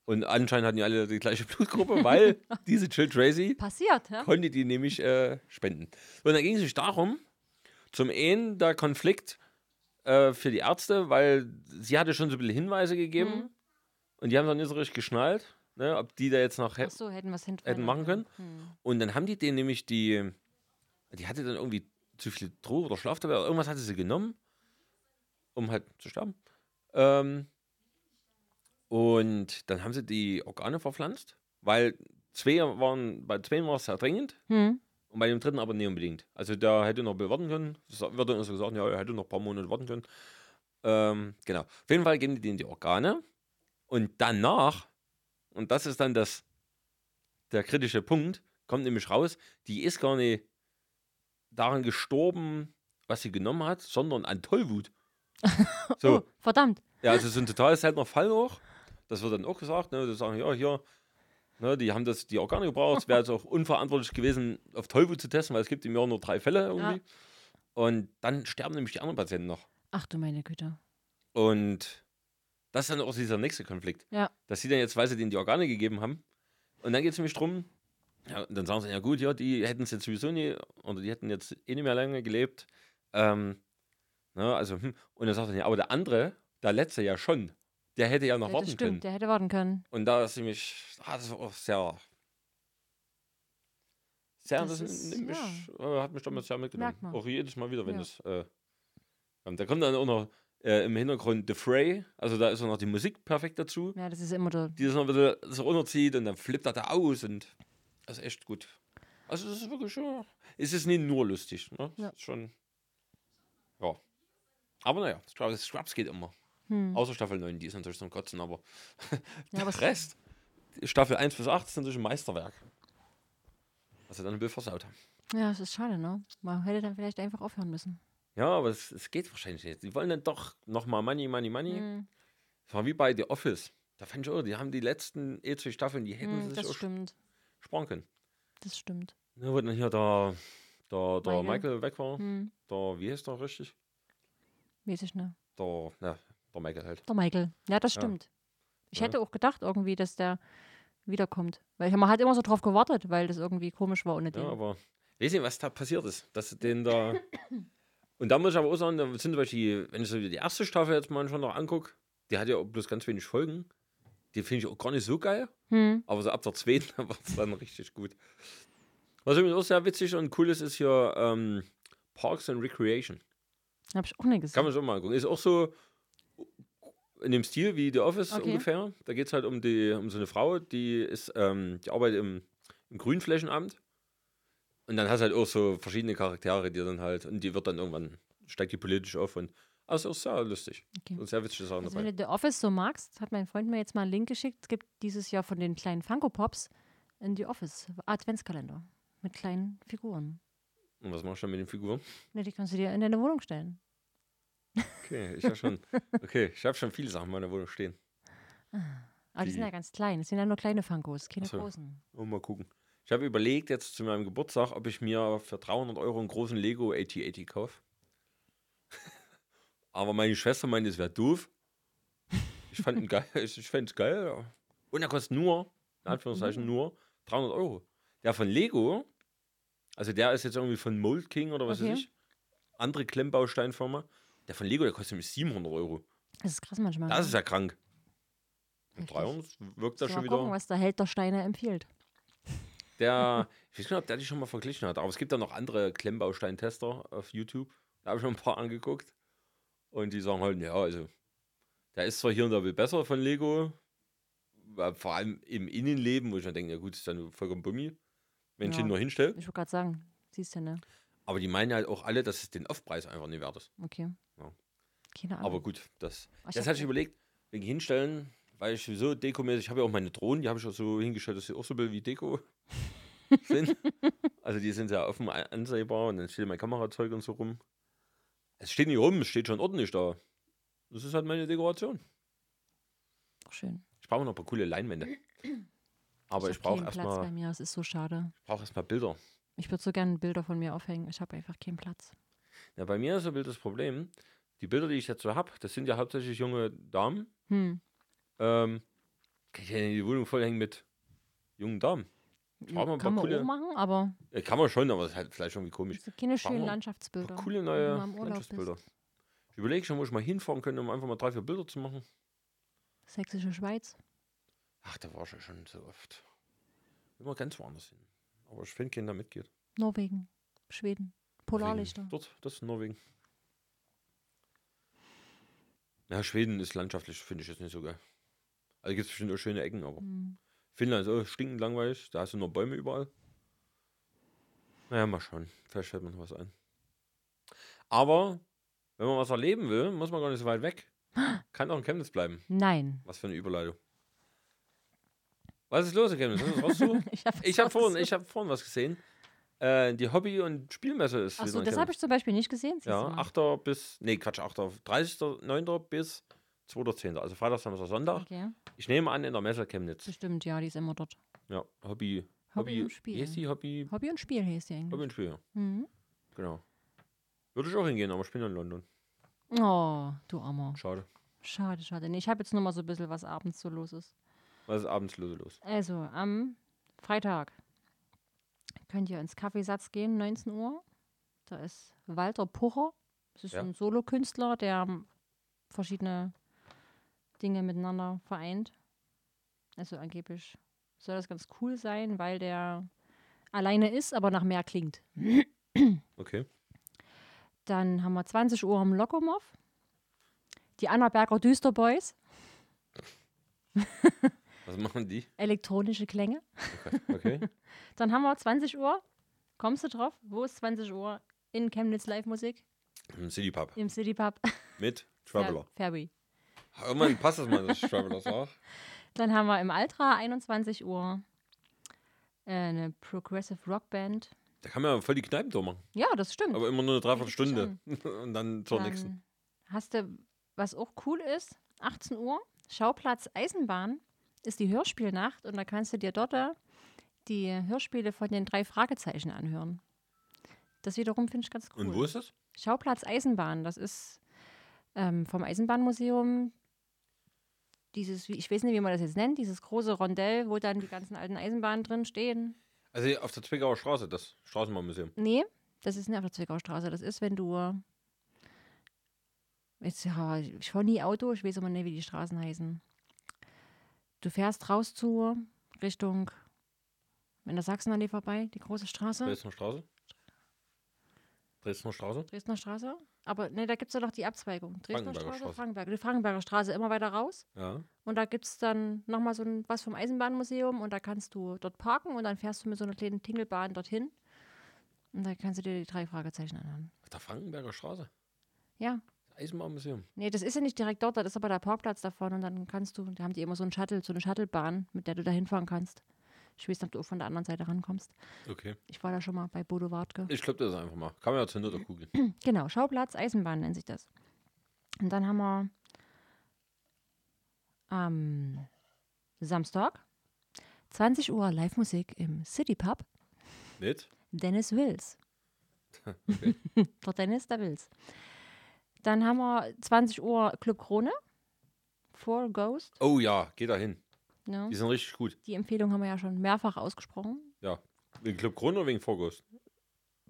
A: Und anscheinend hatten die alle die gleiche Blutgruppe, weil diese Jill Tracy
B: Passiert, hä?
A: konnte die nämlich äh, spenden. Und da ging es sich darum, zum einen der Konflikt äh, für die Ärzte, weil sie hatte schon so ein bisschen Hinweise gegeben und die haben dann nicht so richtig geschnallt, ne, ob die da jetzt noch hä-
B: Achso, hätten wir es hinten
A: hätten machen können.
B: Hm.
A: Und dann haben die denen nämlich die, die hatte dann irgendwie zu viel Droge oder Schlaftabletten oder irgendwas hatte sie genommen, um halt zu sterben. Ähm, und dann haben sie die Organe verpflanzt, weil zwei waren, bei zwei war es sehr dringend
B: Hm.
A: und bei dem dritten aber nicht unbedingt. Also da hätte noch ein bisschen warten können. Das wird dann uns gesagt, ja, er hätte noch ein paar Monate warten können. Ähm, genau. Auf jeden Fall geben die denen die Organe. Und danach, und das ist dann das, der kritische Punkt, kommt nämlich raus, die ist gar nicht daran gestorben, was sie genommen hat, sondern an Tollwut. So,
B: Oh, verdammt.
A: ja, also so ein totales halt noch Fall auch. Das wird dann auch gesagt, ne? Die sagen, ja, hier, Ne, die haben das die auch gar nicht gebraucht. Es wäre jetzt auch unverantwortlich gewesen, auf Teufel zu testen, weil es gibt im Jahr nur drei Fälle irgendwie. Und dann sterben nämlich die anderen Patienten noch.
B: Ach du meine Güte.
A: Und das ist dann auch dieser nächste Konflikt.
B: Ja.
A: Dass sie dann jetzt, weil sie denen die Organe gegeben haben, und dann geht es nämlich drum, ja, und dann sagen sie, ja gut, ja, die hätten es jetzt sowieso nie, oder die hätten jetzt eh nicht mehr lange gelebt. Ähm, ne, also, hm. Und dann sagt er, ja, aber der andere, der letzte ja schon, der hätte ja noch
B: Ja,
A: warten
B: das stimmt,
A: können.
B: der hätte warten können.
A: Und da ist nämlich, ah, das war auch sehr. Sehr,
B: Das
A: das,
B: ist-
A: nimmt mich, äh, hat mich damals sehr mitgenommen.
B: Merkt man.
A: Auch jedes Mal wieder, wenn
B: Ja.
A: es. Äh, ähm, da kommt dann auch noch äh, im Hintergrund The Fray, also da ist auch noch die Musik perfekt dazu,
B: Ja, das ist immer der.
A: die das noch wieder so runterzieht und dann flippt er da aus und das ist echt gut. Also, das ist wirklich schon. Es ist nicht nur lustig, ne?
B: Ja.
A: Es Ist schon. Ja. Aber naja, Scrubs, Scrubs geht immer.
B: Hm.
A: Außer Staffel 9, die ist natürlich zum Kotzen, aber
B: Ja, aber es-
A: der Rest, Staffel 1 bis 8, ist natürlich ein Meisterwerk. Was sie dann ein Bild versaut haben.
B: Ja, es ist schade, ne? Man hätte dann vielleicht einfach aufhören müssen.
A: Ja, aber es, es geht wahrscheinlich nicht. Die wollen dann doch nochmal Money, Money, Money.
B: Hm,
A: Das war wie bei The Office. Da fand ich auch, die haben die letzten E2 Staffeln, die hätten
B: hm,
A: sie sich
B: das
A: auch
B: stimmt.
A: sparen können.
B: Das stimmt.
A: Da wurde dann hier der, der, der
B: Michael.
A: Michael. weg war.
B: Hm.
A: Der, wie heißt der richtig?
B: Weiß ich nicht.
A: Der, na, der Michael halt.
B: Der Michael. Ja, das
A: Ja.
B: stimmt. Ich
A: Ja.
B: hätte auch gedacht irgendwie, dass der wiederkommt. Weil man hat immer so drauf gewartet, weil das irgendwie komisch war ohne den.
A: Ja, aber weiß nicht, was da passiert ist, dass sie den da. Und da muss ich aber auch sagen, da sind zum Beispiel, wenn ich so die erste Staffel jetzt mal schon noch angucke, die hat ja auch bloß ganz wenig Folgen. Die finde ich auch gar nicht so geil,
B: Hm.
A: aber so ab der zweiten war es dann richtig gut. Was übrigens auch sehr witzig und cool ist, ist hier ähm, Parks and Recreation.
B: Hab ich auch nicht
A: Kann
B: gesehen.
A: man schon mal angucken. Ist auch so in dem Stil wie The Office
B: Okay.
A: ungefähr. Da geht es halt um, die, um so eine Frau, die ist, ähm, die arbeitet im, im Grünflächenamt. Und dann hast du halt auch so verschiedene Charaktere, die dann halt, und die wird dann irgendwann, steigt die politisch auf und also ist sehr lustig.
B: Okay.
A: Und sehr witzige Sachen
B: Also wenn
A: dabei.
B: du The Office so magst, hat mein Freund mir jetzt mal einen Link geschickt. Es gibt dieses Jahr von den kleinen Funko Pops in The Office Adventskalender mit kleinen Figuren.
A: Und was machst du dann mit den Figuren?
B: Ne, die kannst du dir in deine Wohnung stellen.
A: Okay, ich habe schon, okay, ich habe schon viele Sachen in meiner Wohnung stehen.
B: Aber die, sind
A: Die-
B: ja ganz klein. Es sind ja nur kleine Funkos, keine
A: Ach so.
B: großen.
A: Und mal gucken. Ich habe überlegt jetzt zu meinem Geburtstag, ob ich mir für 300 Euro einen großen Lego AT-80 kaufe. Aber meine Schwester meinte, es wäre doof. Ich fand ihn geil. Ich, ich fand es geil. ja. Und er kostet nur, in Anführungszeichen nur, 300 Euro. Der von Lego, also der ist jetzt irgendwie von Mold King oder was
B: Okay.
A: weiß ich, andere Klemmbausteinfirma. Der von Lego, der kostet nämlich 700 Euro.
B: Das ist krass manchmal.
A: Das ist ja krank. Und
B: Ah. Richtig.
A: 300 wirkt
B: Mal
A: da schon wieder.
B: gucken, was der Held der Steine empfiehlt.
A: Der, ich weiß nicht, ob der die schon mal verglichen hat, aber es gibt da noch andere Klemmbausteinester auf YouTube. Da habe ich schon ein paar angeguckt. Und die sagen halt, ja, also, der ist zwar hier und da will besser von Lego, weil vor allem im Innenleben, wo ich dann denke, ja gut, ist dann vollkommen Bummi, wenn ich
B: Ja.
A: ihn nur hinstelle.
B: Ich wollte gerade sagen, siehst du, ne?
A: Aber die meinen halt auch alle, dass es den Aufpreis einfach nicht wert ist.
B: Okay.
A: Ja.
B: Keine Ahnung.
A: Aber gut, das,
B: Ach, Ah. ich
A: das
B: hab-
A: hatte ich überlegt, wegen hinstellen, weil ich sowieso dekomäßig, ich habe ja auch meine Drohnen, die habe ich auch so hingestellt, dass sie auch so ein bisschen wie Deko sind. also die sind sehr offen a- ansehbar und dann steht mein Kamerazeug und so rum. Es steht nicht rum, es steht schon ordentlich da. Das ist halt meine Dekoration.
B: Schön.
A: Ich brauche noch ein paar coole Leinwände. Aber ich,
B: hab
A: brauche
B: keinen Platz bei
A: erstmal
B: mir, es ist so schade.
A: brauch erstmal Bilder.
B: Ich würde so gerne Bilder von mir aufhängen. Ich habe einfach keinen Platz.
A: Ja, bei mir ist so ein bisschen das Problem, die Bilder, die ich jetzt so habe, das sind ja hauptsächlich junge Damen.
B: Hm.
A: Ähm, kann ich ja die Wohnung vollhängen mit jungen Damen. brauch mal ein paar
B: Kann man
A: coole-
B: auch machen, aber
A: Ja, kann man schon, aber es ist halt vielleicht irgendwie komisch.
B: so keine
A: brauch
B: schönen
A: mal- Ein
B: Landschaftsbilder.
A: paar coole
B: wenn
A: neue
B: du mal im Urlaub bist.
A: Landschaftsbilder. Ich überlege schon, wo ich mal hinfahren könnte, um einfach mal drei, vier Bilder zu machen.
B: Sächsische Schweiz.
A: Ach, da war ich ja schon so oft. Immer ganz woanders hin. Aber ich finde keinen, der mitgeht.
B: Norwegen, Schweden, Polarlichter.
A: Norwegen. Dort, das ist Norwegen. Ja, Schweden ist landschaftlich, finde ich jetzt nicht so geil. Also gibt es bestimmt auch schöne Ecken, aber
B: Hm.
A: Finnland ist auch stinkend langweilig. Da hast du nur Bäume überall. Naja, mal schauen. Vielleicht fällt mir noch was ein. Aber wenn man was erleben will, muss man gar nicht so weit weg. Kann auch in Chemnitz bleiben.
B: Nein.
A: Was für eine Überleitung. Was ist los in Chemnitz? Hast du was rausgesucht?
B: Ich habe
A: ich habe vorhin, ich hab vorhin was gesehen. Äh, die Hobby- und Spielmesse ist
B: Achso,
A: wieder in
B: das habe
A: Chemnitz.
B: ich zum Beispiel nicht gesehen. siehst
A: Ja,
B: du mal.
A: 8. bis, nee, Quatsch, 8. 30.9. bis 2.10. Also Freitag, Samstag, Sonntag.
B: Okay.
A: Ich nehme an, in der Messe Chemnitz.
B: Bestimmt, ja, die ist immer dort.
A: Ja, Hobby.
B: Hobby und Spiel.
A: Wie heißt die? Hobby,
B: Hobby und Spiel hieß die eigentlich.
A: Hobby und Spiel, ja.
B: Mhm.
A: Genau. Würde ich auch hingehen, aber ich bin ja in London.
B: Oh, du Armer.
A: Schade.
B: Schade, schade. Nee, ich habe jetzt nur mal so ein bisschen, was abends so los ist.
A: Was ist abends los? los?
B: Also, am Freitag könnt ihr ins Kaffeesatz gehen, 19 Uhr. Da ist Walter Pucher. Das ist
A: Ja.
B: ein Solokünstler, der ähm, verschiedene Dinge miteinander vereint. Also angeblich soll das ganz cool sein, weil der alleine ist, aber nach mehr klingt.
A: Okay.
B: Dann haben wir 20 Uhr am Lokomov. Die Annaberger Düsterboys,
A: Was machen die?
B: elektronische Klänge.
A: Okay.
B: Dann haben wir 20 Uhr. Kommst du drauf? Wo ist 20 Uhr? In Chemnitz Live-Musik
A: Im City Pub.
B: im City Pub.
A: Mit Traveler.
B: Fer- Ferry.
A: Irgendwann passt das mal, dass ich Traveler sag.
B: Dann haben wir im Altra 21 Uhr äh, eine Progressive Rock Band.
A: Da kann man ja voll die Kneipen durchmachen.
B: Ja, das stimmt.
A: Aber immer nur eine Dreiviertelstunde.
B: Richtig
A: Und dann zur
B: Dann
A: nächsten.
B: Hast du, was auch cool ist, 18 Uhr, Schauplatz Eisenbahn ist die Hörspielnacht und da kannst du dir dort äh, die Hörspiele von den drei Fragezeichen anhören. Das wiederum finde ich ganz cool.
A: Und wo ist das?
B: Schauplatz Eisenbahn, das ist ähm, vom Eisenbahnmuseum dieses, wie- ich weiß nicht, wie man das jetzt nennt, dieses große Rondell, wo dann die ganzen alten Eisenbahnen drin stehen.
A: Also auf der Zwickauer Straße, das Straßenbahnmuseum.
B: Nee, das ist nicht auf der Zwickauer Straße. Das ist, wenn du. Jetzt, ja, ich fahre nie Auto, ich weiß immer nicht, wie die Straßen heißen. Du fährst raus zu Richtung, wenn der Sachsenallee vorbei, die große Straße,
A: Dresdner Straße? Dresdner Straße?
B: Dresdner Straße. Aber ne, da gibt es ja noch die Abzweigung. Dresdner
A: Frankenberger
B: Straße,
A: Straße.
B: Frankenberg, die Frankenberger Straße, immer weiter raus.
A: Ja.
B: Und da gibt es dann nochmal so ein, was vom Eisenbahnmuseum und da kannst du dort parken und dann fährst du mit so einer kleinen Tingelbahn dorthin. Und da kannst du dir die drei Fragezeichen anhören.
A: Auf der Frankenberger Straße?
B: Ja.
A: Eisenbahnmuseum.
B: Nee, das ist ja nicht direkt dort, das ist aber der Parkplatz davon und dann kannst du, da haben die immer so einen Shuttle, so eine Shuttlebahn, mit der du da hinfahren kannst. Ich weiß nicht, ob du auch von der anderen Seite rankommst.
A: Okay.
B: Ich war da schon mal bei Bodo Wartke.
A: Ich glaube das einfach mal. Kann man ja hinter der Kugel.
B: Genau, Schauplatz Eisenbahn nennt sich das. Und dann haben wir am Samstag 20 Uhr Live-Musik im City Pub.
A: Nicht?
B: Dennis Wills. Doch Dennis, der Wills. Dann haben wir 20 Uhr Club Krone. Four Ghost.
A: Oh ja, geh da hin.
B: Ja.
A: Die sind richtig gut.
B: Die Empfehlung haben wir ja schon mehrfach ausgesprochen.
A: Ja. Wegen Club Grund oder wegen Vorgust?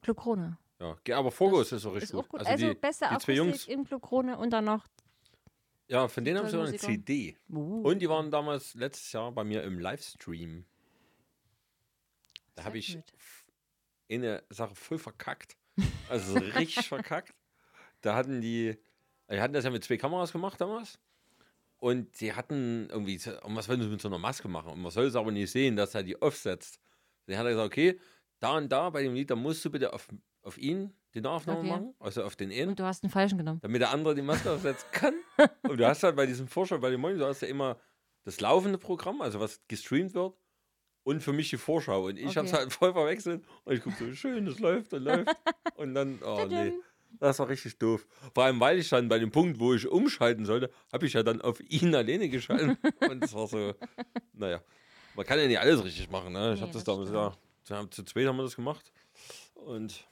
B: Club Krone.
A: Ja. Geh- Aber Vorgust ist auch richtig
B: Ist auch gut.
A: Also,
B: Also,
A: die,
B: beste
A: die zwei Jungs.
B: Akustik im Club Krone und dann noch.
A: Ja, von denen habe ich
B: tollen
A: sogar eine
B: Musiker.
A: CD.
B: Uh,
A: Und die waren damals letztes Jahr bei mir im Livestream. Da
B: Sehr
A: habe ich
B: gut.
A: f- eine Sache voll verkackt. Also so richtig verkackt. Da hatten die, die hatten das ja mit zwei Kameras gemacht damals. Und sie hatten irgendwie, so, und was wollen sie mit so einer Maske machen? Und man soll es aber nicht sehen, dass er die offsetzt. Dann hat er gesagt, okay, da und da bei dem Lied, da musst du bitte auf, auf ihn die Nahaufnahme
B: Okay.
A: machen, also auf den Innen
B: und du hast einen falschen genommen.
A: damit der andere die Maske aufsetzen kann. Und du hast halt bei diesem Vorschau, bei dem Monitor, hast du immer das laufende Programm, also was gestreamt wird, und für mich die Vorschau. Und ich
B: Okay.
A: habe es halt voll verwechselt. Und ich gucke so, schön, das läuft und läuft. Und dann, oh nee, das war richtig doof. Vor allem, weil ich dann bei dem Punkt, wo ich umschalten sollte, habe ich ja dann auf ihn alleine geschalten. Und es war so, naja, man kann ja nicht alles richtig machen. Ne? Ich
B: Nee,
A: habe das
B: das
A: damals, ja, zu, haben- zu zweit haben wir das gemacht. Und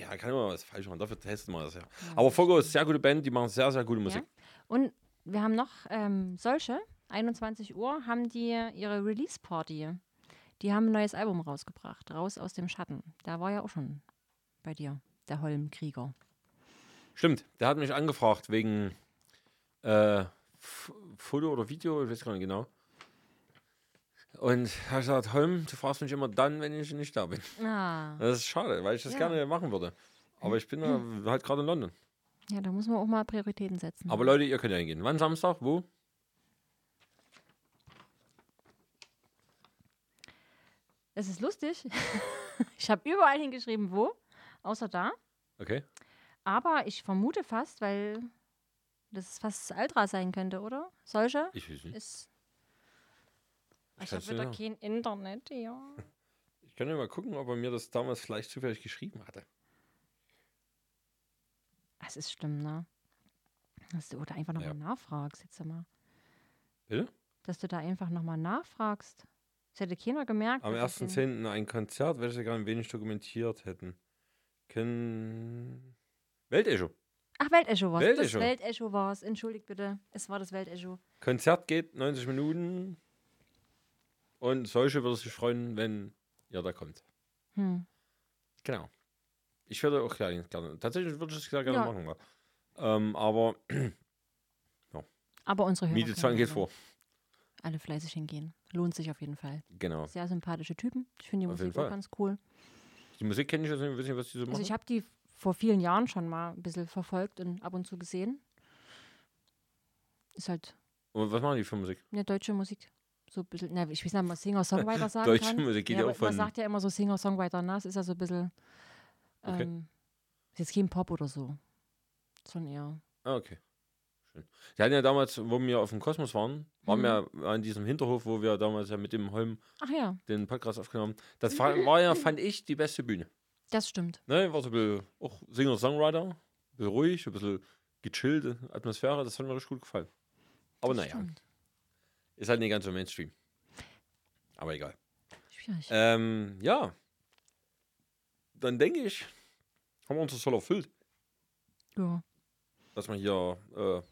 A: ja, kann immer was falsch machen. Dafür testen wir das ja.
B: Mhm.
A: Aber Fogo ist eine sehr gute Band, die machen sehr, sehr gute Musik.
B: Und wir haben noch ähm, solche, 21 Uhr, haben die ihre Release-Party. Die haben ein neues Album rausgebracht, Raus aus dem Schatten. Da war ja auch schon bei dir, der Holmkrieger.
A: Stimmt, der hat mich angefragt wegen äh, F- Foto oder Video, ich weiß gar nicht genau. Und er gesagt, Holm, du fragst mich immer dann, wenn ich nicht da bin.
B: Ah.
A: Das ist schade, weil ich das
B: Ja. Mhm.
A: gerne machen würde. Aber ich bin da halt gerade in London.
B: Ja, da muss man auch mal Prioritäten setzen.
A: Aber Leute, ihr könnt ja hingehen. Wann Samstag? Wo?
B: es ist lustig. ich habe überall hingeschrieben, wo, außer da.
A: Okay.
B: Aber ich vermute fast, weil das fast Altra sein könnte, oder? Solche
A: Ich weiß nicht.
B: ist. Ich habe
A: kannst du
B: wieder
A: sagen.
B: kein Internet, ja.
A: Ich kann ja mal gucken, ob er mir das damals vielleicht zufällig geschrieben hatte.
B: Es ist schlimm, ne? Dass du, oder einfach nochmal
A: Ja.
B: nachfragst, jetzt mal.
A: Bitte?
B: Dass du da einfach nochmal nachfragst. Das hätte keiner gemerkt.
A: Am
B: dass das den-
A: 1.10. ein Konzert, welches sie gar ein wenig dokumentiert hätten. Ken... Weltecho.
B: Ach, Weltecho war es. Das
A: Weltecho.
B: Weltecho war es. Entschuldigt bitte. Es war das Weltecho.
A: Konzert geht 90 Minuten. Und solche würde sich freuen, wenn ihr da kommt.
B: Hm.
A: Genau. Ich würde auch gerne, gerne tatsächlich würde ich es sehr gerne
B: Ja.
A: machen. ja. Ähm, aber
B: Aber unsere Hörer.
A: Miete
B: können
A: zahlen geht
B: also
A: vor.
B: Alle fleißig hingehen. Lohnt sich auf jeden Fall.
A: Genau.
B: Sehr sympathische Typen. Ich finde die
A: Auf jeden
B: Musik auch
A: Fall.
B: ganz cool.
A: Die Musik kenne ich jetzt nicht, ich weiß nicht, was die so machen.
B: Also ich habe die vor vielen Jahren schon mal ein bisschen verfolgt und ab und zu gesehen. Ist halt
A: Und was machen die für Musik?
B: eine deutsche Musik. So ein bisschen, na, ich weiß nicht, ob man Singer-Songwriter sagen
A: Deutsche
B: kann.
A: Musik geht ja
B: aber
A: auch von-
B: Man sagt ja immer so Singer-Songwriter, ne? Es ist ja so ein bisschen.
A: Okay.
B: Ähm, ist jetzt kein Pop oder so. Sondern eher.
A: Ah, okay. Schön. Die hatten ja damals, wo wir auf dem Kosmos waren,
B: Mhm.
A: waren wir an diesem Hinterhof, wo wir damals ja mit dem Holm
B: Ach ja,
A: den Podcast aufgenommen
B: Mhm.
A: Das war, war ja, fand ich, die beste Bühne.
B: das stimmt.
A: Ne, war so ein bisschen auch Singer-Songwriter, ein bisschen ruhig, ein bisschen gechillte Atmosphäre, das hat mir richtig gut gefallen. Aber
B: Das
A: naja,
B: stimmt.
A: ist halt nicht ganz so Mainstream. Aber egal.
B: Schwierig.
A: Ähm, ja. Dann denke ich, haben wir unser Soll erfüllt,
B: ja.
A: Äh. dass man hier äh,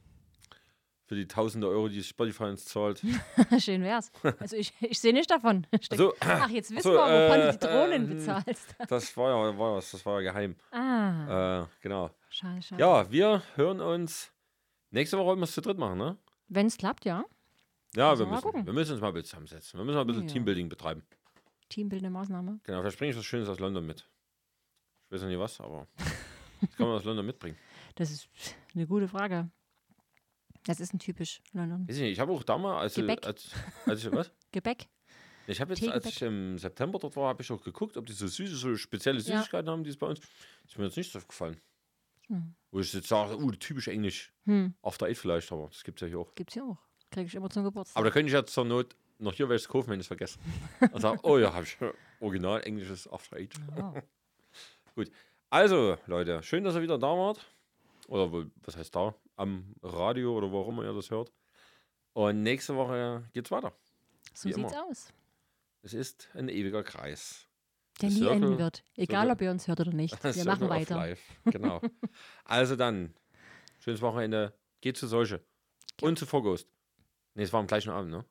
A: für die tausende Euro, die Spotify uns zahlt.
B: Schön wär's. Also ich, ich sehe nicht davon. Steck-
A: Also,
B: Ach, jetzt wissen
A: so,
B: wir, wovon
A: äh,
B: du die Drohnen
A: ähm,
B: bezahlst.
A: das war ja, war, was, das war ja geheim.
B: Ah,
A: Äh, genau.
B: schade, schade.
A: Ja, wir hören uns. Nächste Woche wollen wir es zu dritt machen, ne?
B: Wenn es klappt, ja.
A: Ja,
B: Also
A: wir
B: mal
A: müssen,
B: gucken.
A: wir müssen uns mal ein bisschen zusammensetzen. Wir müssen mal ein bisschen
B: Ja.
A: Teambuilding betreiben.
B: Teambildende Maßnahme.
A: Genau, vielleicht bringe ich was Schönes aus London mit. Ich weiß noch nicht was, aber das kann man aus London mitbringen.
B: Das ist eine gute Frage. Das ist ein typisch London.
A: Weiß ich nicht, ich habe auch damals, als,
B: Gebäck.
A: als, als ich, was?
B: Gebäck.
A: Ich habe jetzt, als
B: Teegebäck.
A: ich im September dort war, habe ich auch geguckt, ob die so süße, so spezielle
B: Ja.
A: Süßigkeiten haben, die es bei uns. Ist mir jetzt nicht aufgefallen.
B: Hm.
A: Wo ich jetzt sage, uh, typisch englisch.
B: Hm,
A: After Eight vielleicht, aber das gibt es ja hier auch.
B: gibt's ja auch. Krieg ich immer zum Geburtstag.
A: Aber da könnte ich jetzt zur Not noch hier welches kaufen, wenn ich es vergesse. Und sage, oh ja, habe ich original englisches After Eight.
B: Ja.
A: Also, Leute, schön, dass ihr wieder da wart. Oder wo- was heißt da? Am Radio oder wo auch immer ihr das hört. Und nächste Woche geht's weiter.
B: So
A: Wie
B: sieht's
A: immer.
B: aus.
A: Es ist ein ewiger Kreis.
B: Der
A: The
B: nie
A: Circle-
B: enden wird. Egal,
A: Circle-
B: ob ihr uns hört oder nicht. Wir machen
A: Circle of
B: weiter.
A: Life. Genau. also dann, schönes Wochenende. Geht zu solche.
B: Ge-
A: Und zu Vorghost. Nee, es war am gleichen Abend, ne?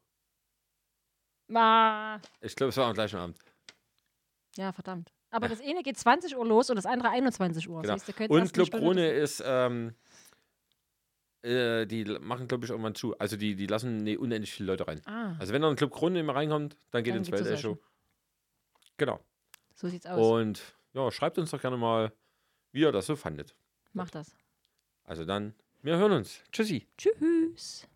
B: Ma.
A: Ich glaube, es war am gleichen Abend.
B: Ja, verdammt. Aber das eine geht 20 Uhr los und das andere 21 Uhr.
A: Ah. Genau.
B: Das heißt, ihr könnt
A: Und
B: erst eine
A: Club
B: Stunde-
A: Krone ist, ähm, äh, die l- machen, glaube ich, irgendwann zu. Also die, die lassen nee, unendlich viele Leute rein.
B: Ah,
A: Also wenn noch ein Club Krone immer reinkommt, dann geht
B: Dann
A: ins
B: geht's zu
A: Weltecho. Genau.
B: so sieht's aus.
A: Und ja, schreibt uns doch gerne mal, wie ihr das so fandet.
B: Macht das.
A: Also dann, wir hören uns. Tschüssi.
B: Tschüss.